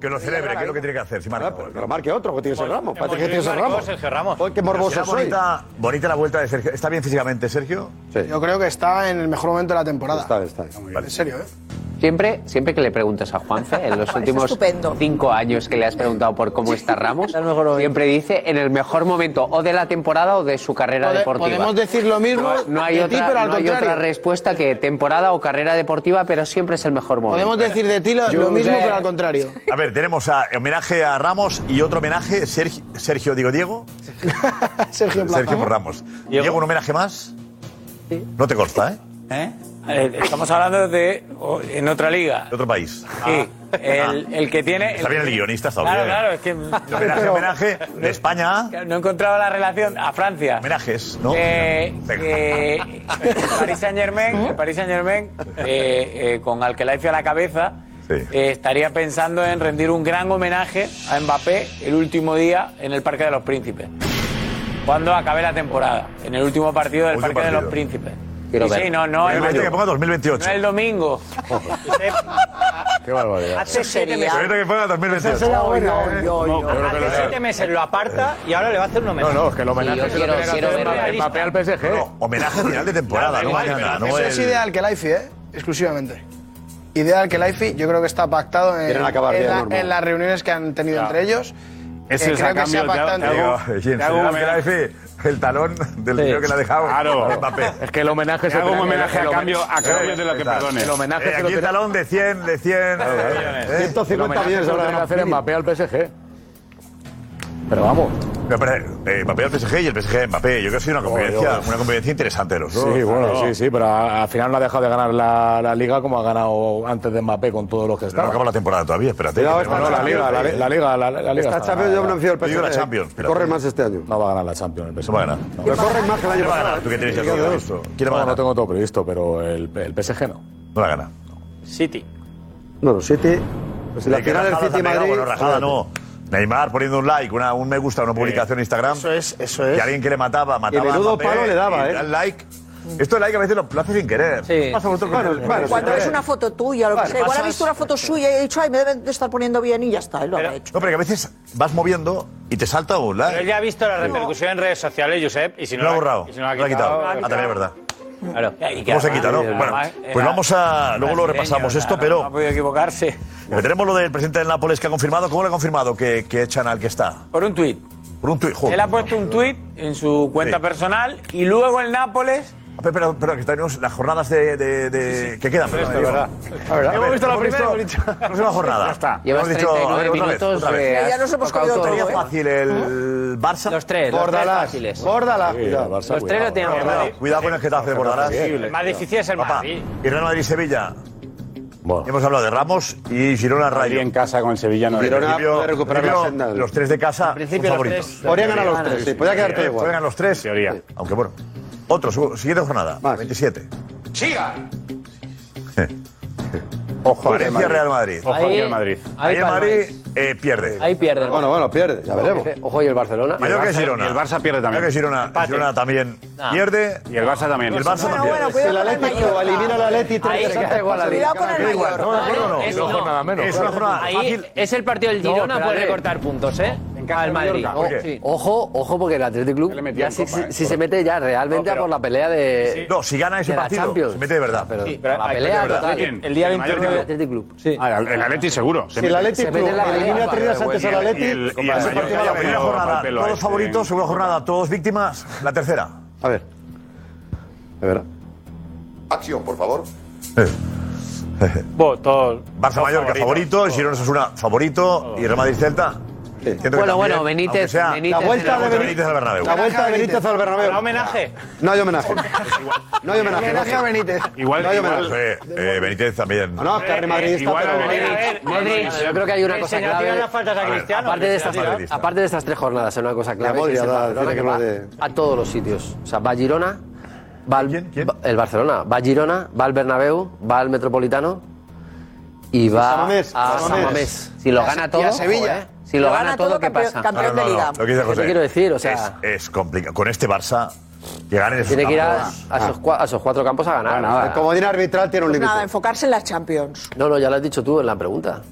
Speaker 1: Que lo celebre, que es lo que tiene que hacer. Si marca,
Speaker 3: Que lo Ah, marque otro, que tiene ese Ramos. Parece que tiene ese
Speaker 1: marcó
Speaker 3: Ramos.
Speaker 1: Sergio Ramos.
Speaker 3: Hoy, qué
Speaker 1: Será
Speaker 3: morboso soy.
Speaker 1: bonita, bonita la vuelta de Sergio. ¿Está bien físicamente, Sergio?
Speaker 25: Yo creo que está en el mejor momento de la temporada. Está,
Speaker 3: está.
Speaker 25: En serio, ¿eh?
Speaker 23: Siempre, siempre que le preguntas a Juanfe, en los últimos
Speaker 25: estupendo.
Speaker 23: cinco años que le has preguntado por cómo está Ramos, siempre dice en el mejor momento o de la temporada o de su carrera
Speaker 25: Pode-
Speaker 23: deportiva.
Speaker 25: podemos decir lo mismo
Speaker 23: No, no hay,
Speaker 25: de ti,
Speaker 23: otra,
Speaker 25: pero al
Speaker 23: no hay
Speaker 25: contrario.
Speaker 23: otra respuesta que temporada o carrera deportiva, pero siempre es el mejor momento.
Speaker 25: Podemos decir de ti lo, lo mismo,
Speaker 23: Josep.
Speaker 25: pero al contrario.
Speaker 1: A ver, tenemos a, homenaje a Ramos y otro homenaje, Sergio, Sergio digo Diego.
Speaker 25: Sergio
Speaker 1: Sergio por Ramos. ¿Diego? un homenaje más? No te consta, ¿eh?
Speaker 24: ¿Eh?
Speaker 9: Eh, Estamos hablando de o- en otra liga.
Speaker 1: De otro país. Ah.
Speaker 9: Sí, el, el que tiene.
Speaker 1: Está bien el guionista, está
Speaker 9: Claro,
Speaker 1: bien.
Speaker 9: claro, es que.
Speaker 1: Homenaje, homenaje de España.
Speaker 9: No he encontrado la relación a Francia.
Speaker 1: Homenajes, ¿no?
Speaker 9: Que, que el Paris Saint Germain, Paris Saint Germain con Alquelaife a la cabeza, eh, estaría pensando en rendir un gran homenaje a Mbappé el último día en el Parque de los Príncipes. Cuando acabe la temporada, en el último partido del Parque de los Príncipes.
Speaker 1: Quiero
Speaker 9: Y
Speaker 1: ver.
Speaker 9: sí, no, no,
Speaker 1: Realmente
Speaker 9: el-
Speaker 1: que ponga 2028.
Speaker 9: no el domingo.
Speaker 1: Qué barbaridad.
Speaker 9: Hace siete meses.
Speaker 1: Realmente que ponga 2028.
Speaker 9: Esa será buena,
Speaker 1: No,
Speaker 9: ¿eh?
Speaker 1: no, yo creo que
Speaker 9: Hace
Speaker 1: lo sea.
Speaker 9: siete meses lo aparta y ahora le va a hacer un homenaje.
Speaker 21: No, no, es que el homenaje se lo tiene que hacer Mbappé- Mbappé al PSG.
Speaker 1: homenaje final de temporada, no
Speaker 21: igual,
Speaker 1: mañana,
Speaker 21: pero
Speaker 1: no
Speaker 21: eso
Speaker 1: el-
Speaker 21: es
Speaker 25: Ah, Es ideal que Laifi, ¿eh? Exclusivamente. Ideal que Laifi, yo creo que está pactado en,
Speaker 21: Quieren acabar
Speaker 25: en
Speaker 21: bien,
Speaker 25: la-
Speaker 21: normal.
Speaker 25: en las reuniones que han tenido
Speaker 1: Claro.
Speaker 25: entre ellos. Eh,
Speaker 1: el
Speaker 25: creo que se ha pactado entre-
Speaker 1: Jim,
Speaker 25: Te hago un
Speaker 1: se le da el talón del tío que la ha dejado
Speaker 21: Claro.
Speaker 1: Mbappé.
Speaker 21: Es que el homenaje
Speaker 1: Te
Speaker 21: se
Speaker 1: hago un
Speaker 21: tiene que-
Speaker 1: homenaje a
Speaker 21: el homen-
Speaker 1: cambio- a cambio de lo que
Speaker 21: Exacto.
Speaker 1: perdone.
Speaker 21: El homenaje
Speaker 1: Eh,
Speaker 21: se
Speaker 1: aquí
Speaker 21: lo
Speaker 1: el
Speaker 21: tiene-
Speaker 1: talón de 100, de 100.
Speaker 21: ¿Eh? El homenaje se lo tiene que hacer Mbappé al PSG.
Speaker 1: Pero vamos. Oh, Mbappé al PSG y el PSG a Mbappé. Yo creo que ha sido una convivencia,
Speaker 21: Dios.
Speaker 1: una convivencia interesante de los dos.
Speaker 21: Sí, bueno,
Speaker 1: Claro.
Speaker 21: sí, sí, pero a- al final no ha dejado de ganar la, la liga como ha ganado antes de Mbappé con todos los que
Speaker 1: No
Speaker 21: estaban.
Speaker 1: acaba la temporada todavía, espérate.
Speaker 21: Cuidado,
Speaker 1: Que
Speaker 21: está
Speaker 1: tenemos-
Speaker 21: la liga, la, la liga, la, la liga.
Speaker 1: Está Champions, yo confío en el
Speaker 21: Yo digo
Speaker 1: PSG, eh, que
Speaker 21: corre
Speaker 1: corre
Speaker 21: más
Speaker 1: más
Speaker 21: este año. No va a ganar la Champions, el PSG.
Speaker 1: No va a ganar.
Speaker 21: Pero corre
Speaker 1: más que el año pasado. ¿Tú qué tienes ya todo previsto? ¿Quién va a
Speaker 21: No, no
Speaker 1: ganar?
Speaker 21: tengo todo previsto, pero el, el PSG no.
Speaker 1: No la gana.
Speaker 9: City.
Speaker 21: No, City.
Speaker 1: Pues la final del City Madrid. Bueno, rajada no. Neymar poniendo un like, una, un me gusta, una publicación en Instagram. Eso es, eso es. Y alguien que le mataba, mataba.
Speaker 21: Y menudo palo le daba,
Speaker 1: y
Speaker 21: ¿eh?
Speaker 1: da el like. Esto del like a veces lo, lo hace sin querer. Sí. Pasa vosotros con el-
Speaker 6: Cuando es una foto tuya, lo que
Speaker 1: Vale,
Speaker 6: sea. Igual ha
Speaker 1: pasas-
Speaker 6: visto una foto suya y ha dicho, ay, me deben de estar poniendo bien y ya está, y lo ha hecho.
Speaker 1: No, pero que a veces vas moviendo y te salta un
Speaker 5: Pero
Speaker 1: like.
Speaker 5: él ya ha visto la repercusión en redes sociales, Josep, y si no
Speaker 1: Lo ha
Speaker 5: la-
Speaker 1: borrado.
Speaker 5: y si no la ha
Speaker 1: Lo ha
Speaker 5: quitado.
Speaker 1: quitado. Ah, también es verdad.
Speaker 5: Claro. Y que
Speaker 1: ¿Cómo se
Speaker 5: además-
Speaker 1: quita, no?
Speaker 5: además eh,
Speaker 1: Bueno,
Speaker 5: era
Speaker 1: pues vamos a. Luego lo
Speaker 5: brasileño,
Speaker 1: repasamos esto,
Speaker 5: claro,
Speaker 1: pero.
Speaker 5: No ha podido equivocarse.
Speaker 1: Porque Tenemos lo del presidente del Nápoles que ha confirmado. ¿Cómo lo ha confirmado que, que echan al que está?
Speaker 5: Por un tuit.
Speaker 1: Por un tuit, joder.
Speaker 5: Él ha puesto un tuit en su cuenta
Speaker 1: Sí.
Speaker 5: personal y luego el Nápoles.
Speaker 1: Pero, pero, pero que tenemos las jornadas de. de, de- que quedan,
Speaker 5: Esto,
Speaker 1: perdón,
Speaker 5: ¿verdad?
Speaker 1: digo.
Speaker 5: La verdad.
Speaker 1: Hemos visto la
Speaker 5: Hemos
Speaker 1: primera.
Speaker 5: visto-
Speaker 1: La próxima jornada.
Speaker 5: Ya está.
Speaker 1: Hemos
Speaker 5: Llevas
Speaker 1: dicho,
Speaker 5: 39
Speaker 1: a ver, otra
Speaker 5: minutos,
Speaker 1: vez, otra
Speaker 5: eh,
Speaker 1: vez.
Speaker 5: has Ya nos hemos tocado comido todo,
Speaker 1: Sería
Speaker 5: ¿eh?
Speaker 1: fácil el Barça. Los
Speaker 5: tres, los Bordalás, tres fáciles. Bordalás, cuidado. Los tres lo tenemos.
Speaker 1: Cuidado, cuidado con el Getafe de Bordalás.
Speaker 5: El más difícil es el Madrid.
Speaker 1: Y Real Madrid-Sevilla. Hemos hablado de Ramos y Girona Rayo. en
Speaker 7: casa con el Sevilla no.
Speaker 1: Girona
Speaker 7: En principio-
Speaker 1: puede recuperar
Speaker 7: en
Speaker 1: la
Speaker 7: principio,
Speaker 1: senda. Los tres de casa
Speaker 7: En principio
Speaker 1: son
Speaker 7: los
Speaker 1: favoritos.
Speaker 7: tres. Podrían ganar los tres, sí, podría quedarte igual.
Speaker 1: Podrían ganar los tres. Teoría. Aunque bueno. Otro, su- siguiente jornada. 27.
Speaker 15: ¡Siga!
Speaker 1: Ojo
Speaker 7: al Real Madrid.
Speaker 1: Real Madrid.
Speaker 7: Ojo al Real Madrid.
Speaker 1: Ahí
Speaker 7: Ahí
Speaker 1: el Madrid eh, pierde.
Speaker 7: Ahí pierde.
Speaker 21: Bueno, bueno, pierde. Ya veremos. Ojo, y el Barcelona.
Speaker 1: Mallorca y Girona.
Speaker 7: El Barça pierde también.
Speaker 1: Mallorca y Girona, Girona también pierde.
Speaker 7: Y el Barça también.
Speaker 1: Y el Barça Bueno, también. bueno,
Speaker 3: Si el Atlético elimina al Atlético,
Speaker 7: Ahí
Speaker 3: tres
Speaker 7: está
Speaker 3: veces,
Speaker 7: igual
Speaker 3: pasa
Speaker 7: al
Speaker 3: de-
Speaker 7: Atlético.
Speaker 3: Cada-
Speaker 7: Cuidado con el
Speaker 3: Cuidado,
Speaker 7: Mayor.
Speaker 3: ¿no?
Speaker 7: No,
Speaker 3: Es
Speaker 7: no,
Speaker 3: una jornada menos.
Speaker 7: es una jornada
Speaker 23: Ahí
Speaker 7: fácil.
Speaker 23: es el partido del
Speaker 7: No,
Speaker 23: Girona,
Speaker 7: espérate.
Speaker 23: puede recortar puntos, ¿eh? Al Madrid.
Speaker 7: Mallorca, ¿por qué? ¿Eh?
Speaker 23: Sí.
Speaker 19: Ojo, ojo, porque el Athletic Club ya si, si- si se mete ya realmente a por la pelea de.
Speaker 1: No, si gana ese
Speaker 19: de la
Speaker 1: partido,
Speaker 19: Champions. Ah,
Speaker 1: se mete de verdad.
Speaker 19: Pero,
Speaker 1: Sí,
Speaker 19: pero la
Speaker 1: hay-
Speaker 19: pelea
Speaker 1: de verdad.
Speaker 19: total.
Speaker 1: ¿Quién? El día
Speaker 19: El
Speaker 1: 29.
Speaker 19: Mallorca, el Athletic Club.
Speaker 7: Ah, el, el Atleti seguro.
Speaker 19: Si el Atleti
Speaker 7: mete en la
Speaker 19: elimina
Speaker 7: pelea.
Speaker 19: a tres días antes al
Speaker 7: Y el-
Speaker 19: Atleti,
Speaker 7: y el- y el
Speaker 1: Ese
Speaker 7: Mallorca
Speaker 1: partido,
Speaker 7: ya
Speaker 1: la
Speaker 7: ha
Speaker 1: primera
Speaker 7: pedido
Speaker 1: jornada,
Speaker 7: papel a
Speaker 1: todos
Speaker 7: este.
Speaker 1: favoritos, segunda jornada, todos víctimas, la tercera.
Speaker 21: A ver. A ver.
Speaker 27: Acción, por favor.
Speaker 1: Eh.
Speaker 7: Eh.
Speaker 1: Barça Mallorca favorito, Girona Sasuna favorito y Real Madrid Celta. Siento que
Speaker 23: Bueno,
Speaker 1: también,
Speaker 23: bueno,
Speaker 1: aunque
Speaker 23: Benítez-
Speaker 1: sea-
Speaker 23: Benítez La vuelta en el- de Benítez-
Speaker 1: al Bernabéu.
Speaker 21: La vuelta de Benítez al Bernabéu.
Speaker 5: ¿Habrá homenaje?
Speaker 21: No hay homenaje. No hay homenaje.
Speaker 25: Homenaje a Benítez.
Speaker 21: Igual-
Speaker 1: no hay
Speaker 21: igual-
Speaker 1: homenaje. Eh, eh, Benítez también.
Speaker 21: No, es que el Madrid está,
Speaker 1: Igual
Speaker 21: pero-
Speaker 1: al Benítez.
Speaker 19: Madrid, yo creo que hay una cosa clave.
Speaker 1: A ver,
Speaker 19: aparte, de estas, aparte de estas tres jornadas, hay una cosa clave.
Speaker 21: Modri
Speaker 19: que es el
Speaker 21: ha dado-
Speaker 19: Barcelona
Speaker 21: tiene
Speaker 19: que va
Speaker 21: que hablar
Speaker 19: a todos los sitios. O sea, va a Girona, va al, va- el Barcelona, va a Girona, va al Bernabéu, va al Metropolitano y va
Speaker 21: San Mamés,
Speaker 19: a
Speaker 21: San
Speaker 19: San
Speaker 21: Mamés.
Speaker 19: Mamés. Si lo
Speaker 21: Ah, Y a-
Speaker 19: gana
Speaker 21: y a
Speaker 19: todo,
Speaker 21: Sevilla.
Speaker 19: joder, ¿eh? si lo, gana, todo, ¿qué pasa?
Speaker 1: No, no, no, Lo que dice
Speaker 19: Eso
Speaker 1: José.
Speaker 19: quiero decir, o sea,
Speaker 1: Es, es complicado. Con este Barça, que ganen esos
Speaker 19: tiene que ir a,
Speaker 1: campos.
Speaker 19: a esos, cua- a esos cuatro campos a ganar.
Speaker 1: Ganar. El comodín
Speaker 19: arbitral tiene
Speaker 6: Pues nada, enfocarse en las Champions.
Speaker 19: No, no, ya lo has dicho tú en la pregunta.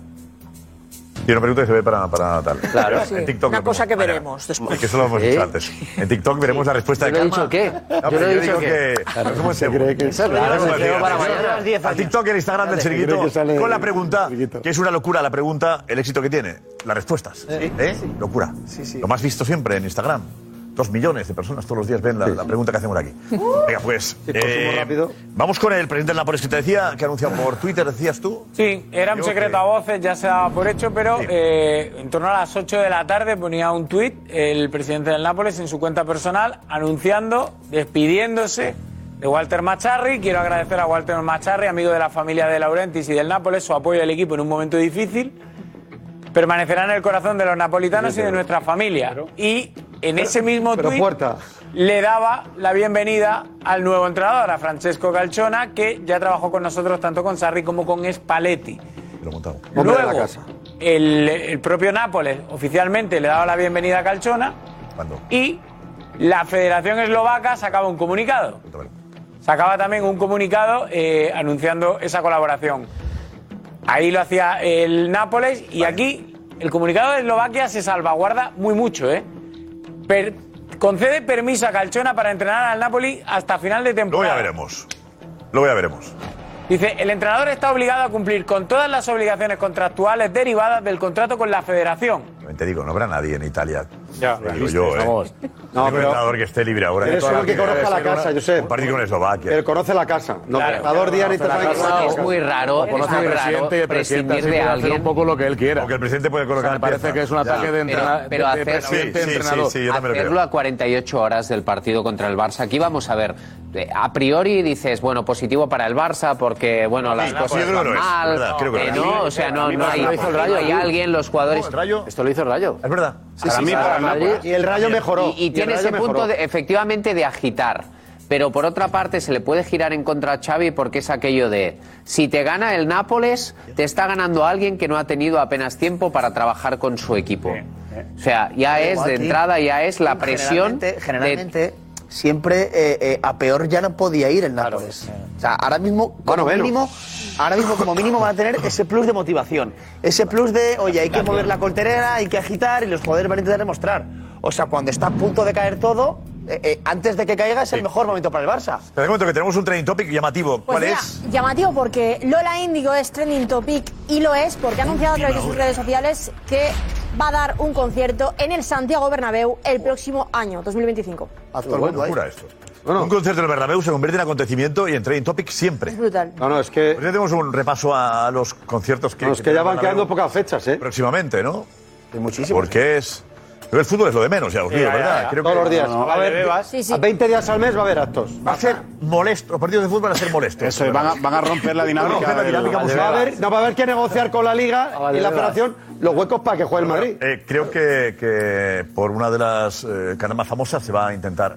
Speaker 1: Y una pregunta que se ve para, para tal.
Speaker 19: Claro.
Speaker 6: Sí,
Speaker 1: En TikTok.
Speaker 6: una
Speaker 1: lo
Speaker 6: cosa que
Speaker 1: pongo.
Speaker 6: veremos después.
Speaker 1: Es que eso lo hemos
Speaker 6: Sí.
Speaker 1: dicho antes. En TikTok veremos la respuesta de
Speaker 19: ¿Eh? Yo no he
Speaker 1: Karma.
Speaker 19: dicho qué.
Speaker 1: No,
Speaker 19: Yo
Speaker 1: pero
Speaker 19: no he
Speaker 1: yo
Speaker 19: dicho
Speaker 1: digo
Speaker 19: qué.
Speaker 1: que. Eso se cree que
Speaker 19: Eso, claro, se quedó para mañana.
Speaker 1: A TikTok y el Instagram del
Speaker 19: Dale,
Speaker 1: Chiringuito
Speaker 19: creo que sale-
Speaker 1: con la pregunta, que es una locura la pregunta, el éxito que tiene, las respuestas. ¿Eh? Locura. Lo más visto siempre en Instagram. Dos millones de personas todos los días ven la, la pregunta que hacemos aquí. Venga, pues. eh, vamos con el presidente del Nápoles que te decía, que ha anunciado por Twitter, decías tú.
Speaker 5: Sí, era un
Speaker 1: Creo
Speaker 5: secreto a voces, ya se daba por hecho, pero eh, en torno a las 8 de la tarde ponía un tuit el presidente del Nápoles en su cuenta personal anunciando, despidiéndose
Speaker 9: de Walter Macharri. Quiero agradecer a Walter Macharri, amigo de la familia de Laurentis y del Nápoles, su apoyo al equipo en un momento difícil. Permanecerá en el corazón de los napolitanos y de nuestra familia. Y en ese mismo
Speaker 3: Pero
Speaker 9: tuit
Speaker 3: puerta.
Speaker 9: le daba la bienvenida al nuevo entrenador, a Francesco Calchona, que ya trabajó con nosotros tanto con Sarri como con Spalletti.
Speaker 3: Hombre de la
Speaker 9: Luego,
Speaker 3: casa.
Speaker 9: el, el propio Nápoles oficialmente le daba la bienvenida a Calchona y la Federación Eslovaca sacaba un comunicado. Sacaba también un comunicado eh, anunciando esa colaboración. Ahí lo hacía el Nápoles y aquí el comunicado de Eslovaquia se salvaguarda muy mucho, ¿eh? Per- concede permiso a Calchona para entrenar al Napoli hasta final de temporada.
Speaker 1: Lo ya veremos. Luego ya veremos.
Speaker 9: Dice, el entrenador está obligado a cumplir con todas las obligaciones contractuales derivadas del contrato con la federación.
Speaker 1: También Te digo, no habrá nadie en Italia.
Speaker 9: Ya.
Speaker 1: Te digo yo, ¿eh?
Speaker 9: Vamos.
Speaker 1: No,
Speaker 3: pero-
Speaker 1: un entrenador que esté libre ahora. ¿eh?
Speaker 3: Eres uno que conozca la casa,
Speaker 1: yo sé. Un partido con Eslovaquia. Pero
Speaker 3: conoce la casa. No, entrenador diario internacional.
Speaker 19: Es muy raro, es muy raro prescindir de alguien.
Speaker 1: un poco lo que él quiera. Porque el presidente puede
Speaker 19: O sea,
Speaker 1: colocar
Speaker 19: me parece
Speaker 1: piezas.
Speaker 19: que es un
Speaker 1: Ya.
Speaker 19: ataque de entrenador.
Speaker 1: Pero hacer- Sí, sí,
Speaker 19: entrenador.
Speaker 1: sí, sí, yo también lo
Speaker 19: hacerlo
Speaker 1: creo.
Speaker 19: a 48 horas del partido contra el Barça. Aquí vamos a ver. eh, A priori dices, bueno, positivo para el Barça porque, bueno, las Sí, cosas yo creo que van lo es, es mal. verdad, creo pues, que eh, lo es. no, o sea, no, A mí no me hay, lo hizo el no Rayo. hay alguien, los jugadores. Esto lo hizo el Rayo.
Speaker 1: Es verdad.
Speaker 19: Para mí, para el Madrid.
Speaker 3: Y el Rayo mejoró.
Speaker 19: Y, y tiene ese punto, de- efectivamente, de agitar. Pero por otra parte, se le puede girar en contra a Xavi porque es aquello de: si te gana el Nápoles, te está ganando alguien que no ha tenido apenas tiempo para trabajar con su equipo. O sea, ya
Speaker 14: Pero
Speaker 19: es de
Speaker 14: aquí,
Speaker 19: entrada, ya es la presión.
Speaker 14: Generalmente, generalmente, siempre eh, eh, a peor ya no podía ir el Nápoles. O sea, ahora mismo, como
Speaker 19: Bueno, bueno.
Speaker 14: mínimo, ahora mismo como mínimo van a tener ese plus de motivación. Ese plus de, oye, hay que mover la colterera, hay que agitar y los jugadores van a intentar demostrar. O sea, cuando está a punto de caer todo, eh, eh, antes de que caiga es el mejor momento para el Barça.
Speaker 1: Te das cuenta que tenemos un training topic llamativo.
Speaker 2: Pues
Speaker 1: ¿Cuál
Speaker 2: mira,
Speaker 1: es?
Speaker 2: llamativo porque Lola Índigo es trending topic y lo es porque ha anunciado a través de sus redes sociales que va a dar un concierto en el Santiago Bernabéu el próximo año, 2025.
Speaker 1: Pero bueno, locura esto. un concierto del Bernabéu se convierte en acontecimiento y en trending topic siempre.
Speaker 2: Es brutal.
Speaker 1: No, no, es que... Pues ya tenemos un repaso a los conciertos que...
Speaker 3: No, es que ya van quedando
Speaker 1: pocas fechas, ¿eh? Próximamente, ¿no? Muchísimo. Porque es... Pero el fútbol es lo de menos, ya os
Speaker 3: Sí,
Speaker 1: digo,
Speaker 3: ya,
Speaker 1: ¿verdad?
Speaker 3: ya, ya. Todos los días.
Speaker 1: No,
Speaker 3: Eh, A ver,
Speaker 1: Sí,
Speaker 3: a 20 días al mes va a haber actos.
Speaker 1: Va a ser molesto. Los partidos de fútbol van a ser molestos.
Speaker 3: Eso es, van a- van a romper la dinámica
Speaker 1: Van a romper la
Speaker 3: del- Ah,
Speaker 1: dinámica
Speaker 3: Va a
Speaker 1: musical.
Speaker 3: haber- no va a haber que negociar con la liga y la federación los huecos para que juegue el Madrid.
Speaker 1: Eh, creo que, que por una de las eh, canas más famosas se va a intentar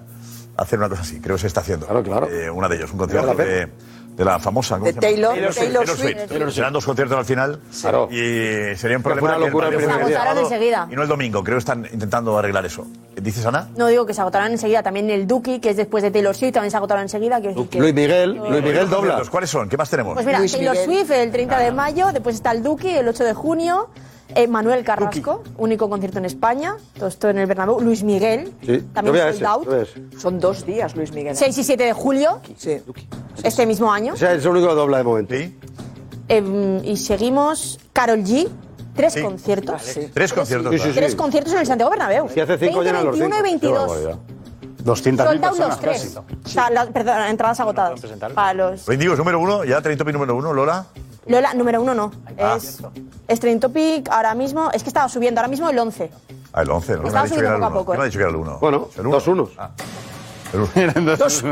Speaker 1: hacer una cosa así. Creo que se está haciendo. Claro, claro. una de ellos, un concierto
Speaker 3: Claro,
Speaker 1: de, de la famosa. ¿cómo
Speaker 6: De
Speaker 1: se llama?
Speaker 6: Taylor- Taylor Swift. Taylor Swift.
Speaker 1: Serán dos conciertos al final.
Speaker 3: Claro.
Speaker 1: Y sería un
Speaker 3: fue
Speaker 1: problema.
Speaker 3: una
Speaker 1: que el
Speaker 3: locura
Speaker 1: Madrid
Speaker 3: el primer
Speaker 1: fuera
Speaker 2: día.
Speaker 1: sábado
Speaker 2: Agotaron enseguida.
Speaker 1: Y no el domingo. Creo que están intentando arreglar eso. ¿Dices, Ana?
Speaker 2: No digo que se agotarán enseguida, también el Duki, que es después de Taylor Swift, también se agotará enseguida. quiero decir que-
Speaker 1: Miguel,
Speaker 2: Luis Miguel dobla.
Speaker 1: ¿Cuáles son? ¿Qué más tenemos?
Speaker 2: Pues mira, Taylor Swift el 30 de mayo, después está el Duki el 8 de junio, eh, Manuel Carrasco, único concierto en España, todo esto en el Bernabéu, Luis Miguel, también sold out,
Speaker 6: Son dos días, Luis Miguel.
Speaker 2: 6 y 7 de julio,
Speaker 6: Sí.
Speaker 2: este mismo año.
Speaker 3: O sea, es el único que dobla de momento.
Speaker 2: Em, y seguimos, Carol G, tres
Speaker 3: Sí.
Speaker 2: conciertos.
Speaker 1: Tres conciertos.
Speaker 3: Sí, sí, sí.
Speaker 2: Tres conciertos en el Santiago Bernabéu.
Speaker 3: Si hace cinco,
Speaker 2: 20,
Speaker 3: llenan los
Speaker 2: 21 y
Speaker 3: cinco.
Speaker 2: 22. Sold
Speaker 1: 200.000
Speaker 2: out los tres. O sea, la- perdón, entradas agotadas. Para los...
Speaker 1: Bendigos número uno, ya trending topic número uno, Lola.
Speaker 2: Lola, número uno no.
Speaker 1: Ah.
Speaker 2: Es, es Trending Topic ahora mismo. Es que estaba subiendo, ahora mismo el 11.
Speaker 1: Ah, el 11, no me ha
Speaker 2: Estamos
Speaker 1: dicho que era el
Speaker 2: subiendo poco a
Speaker 1: 1.
Speaker 2: poco,
Speaker 1: ¿Qué me ha
Speaker 2: ¿eh?
Speaker 1: dicho que era el Ah, 1?
Speaker 3: Bueno, dos unos.
Speaker 1: Eran dos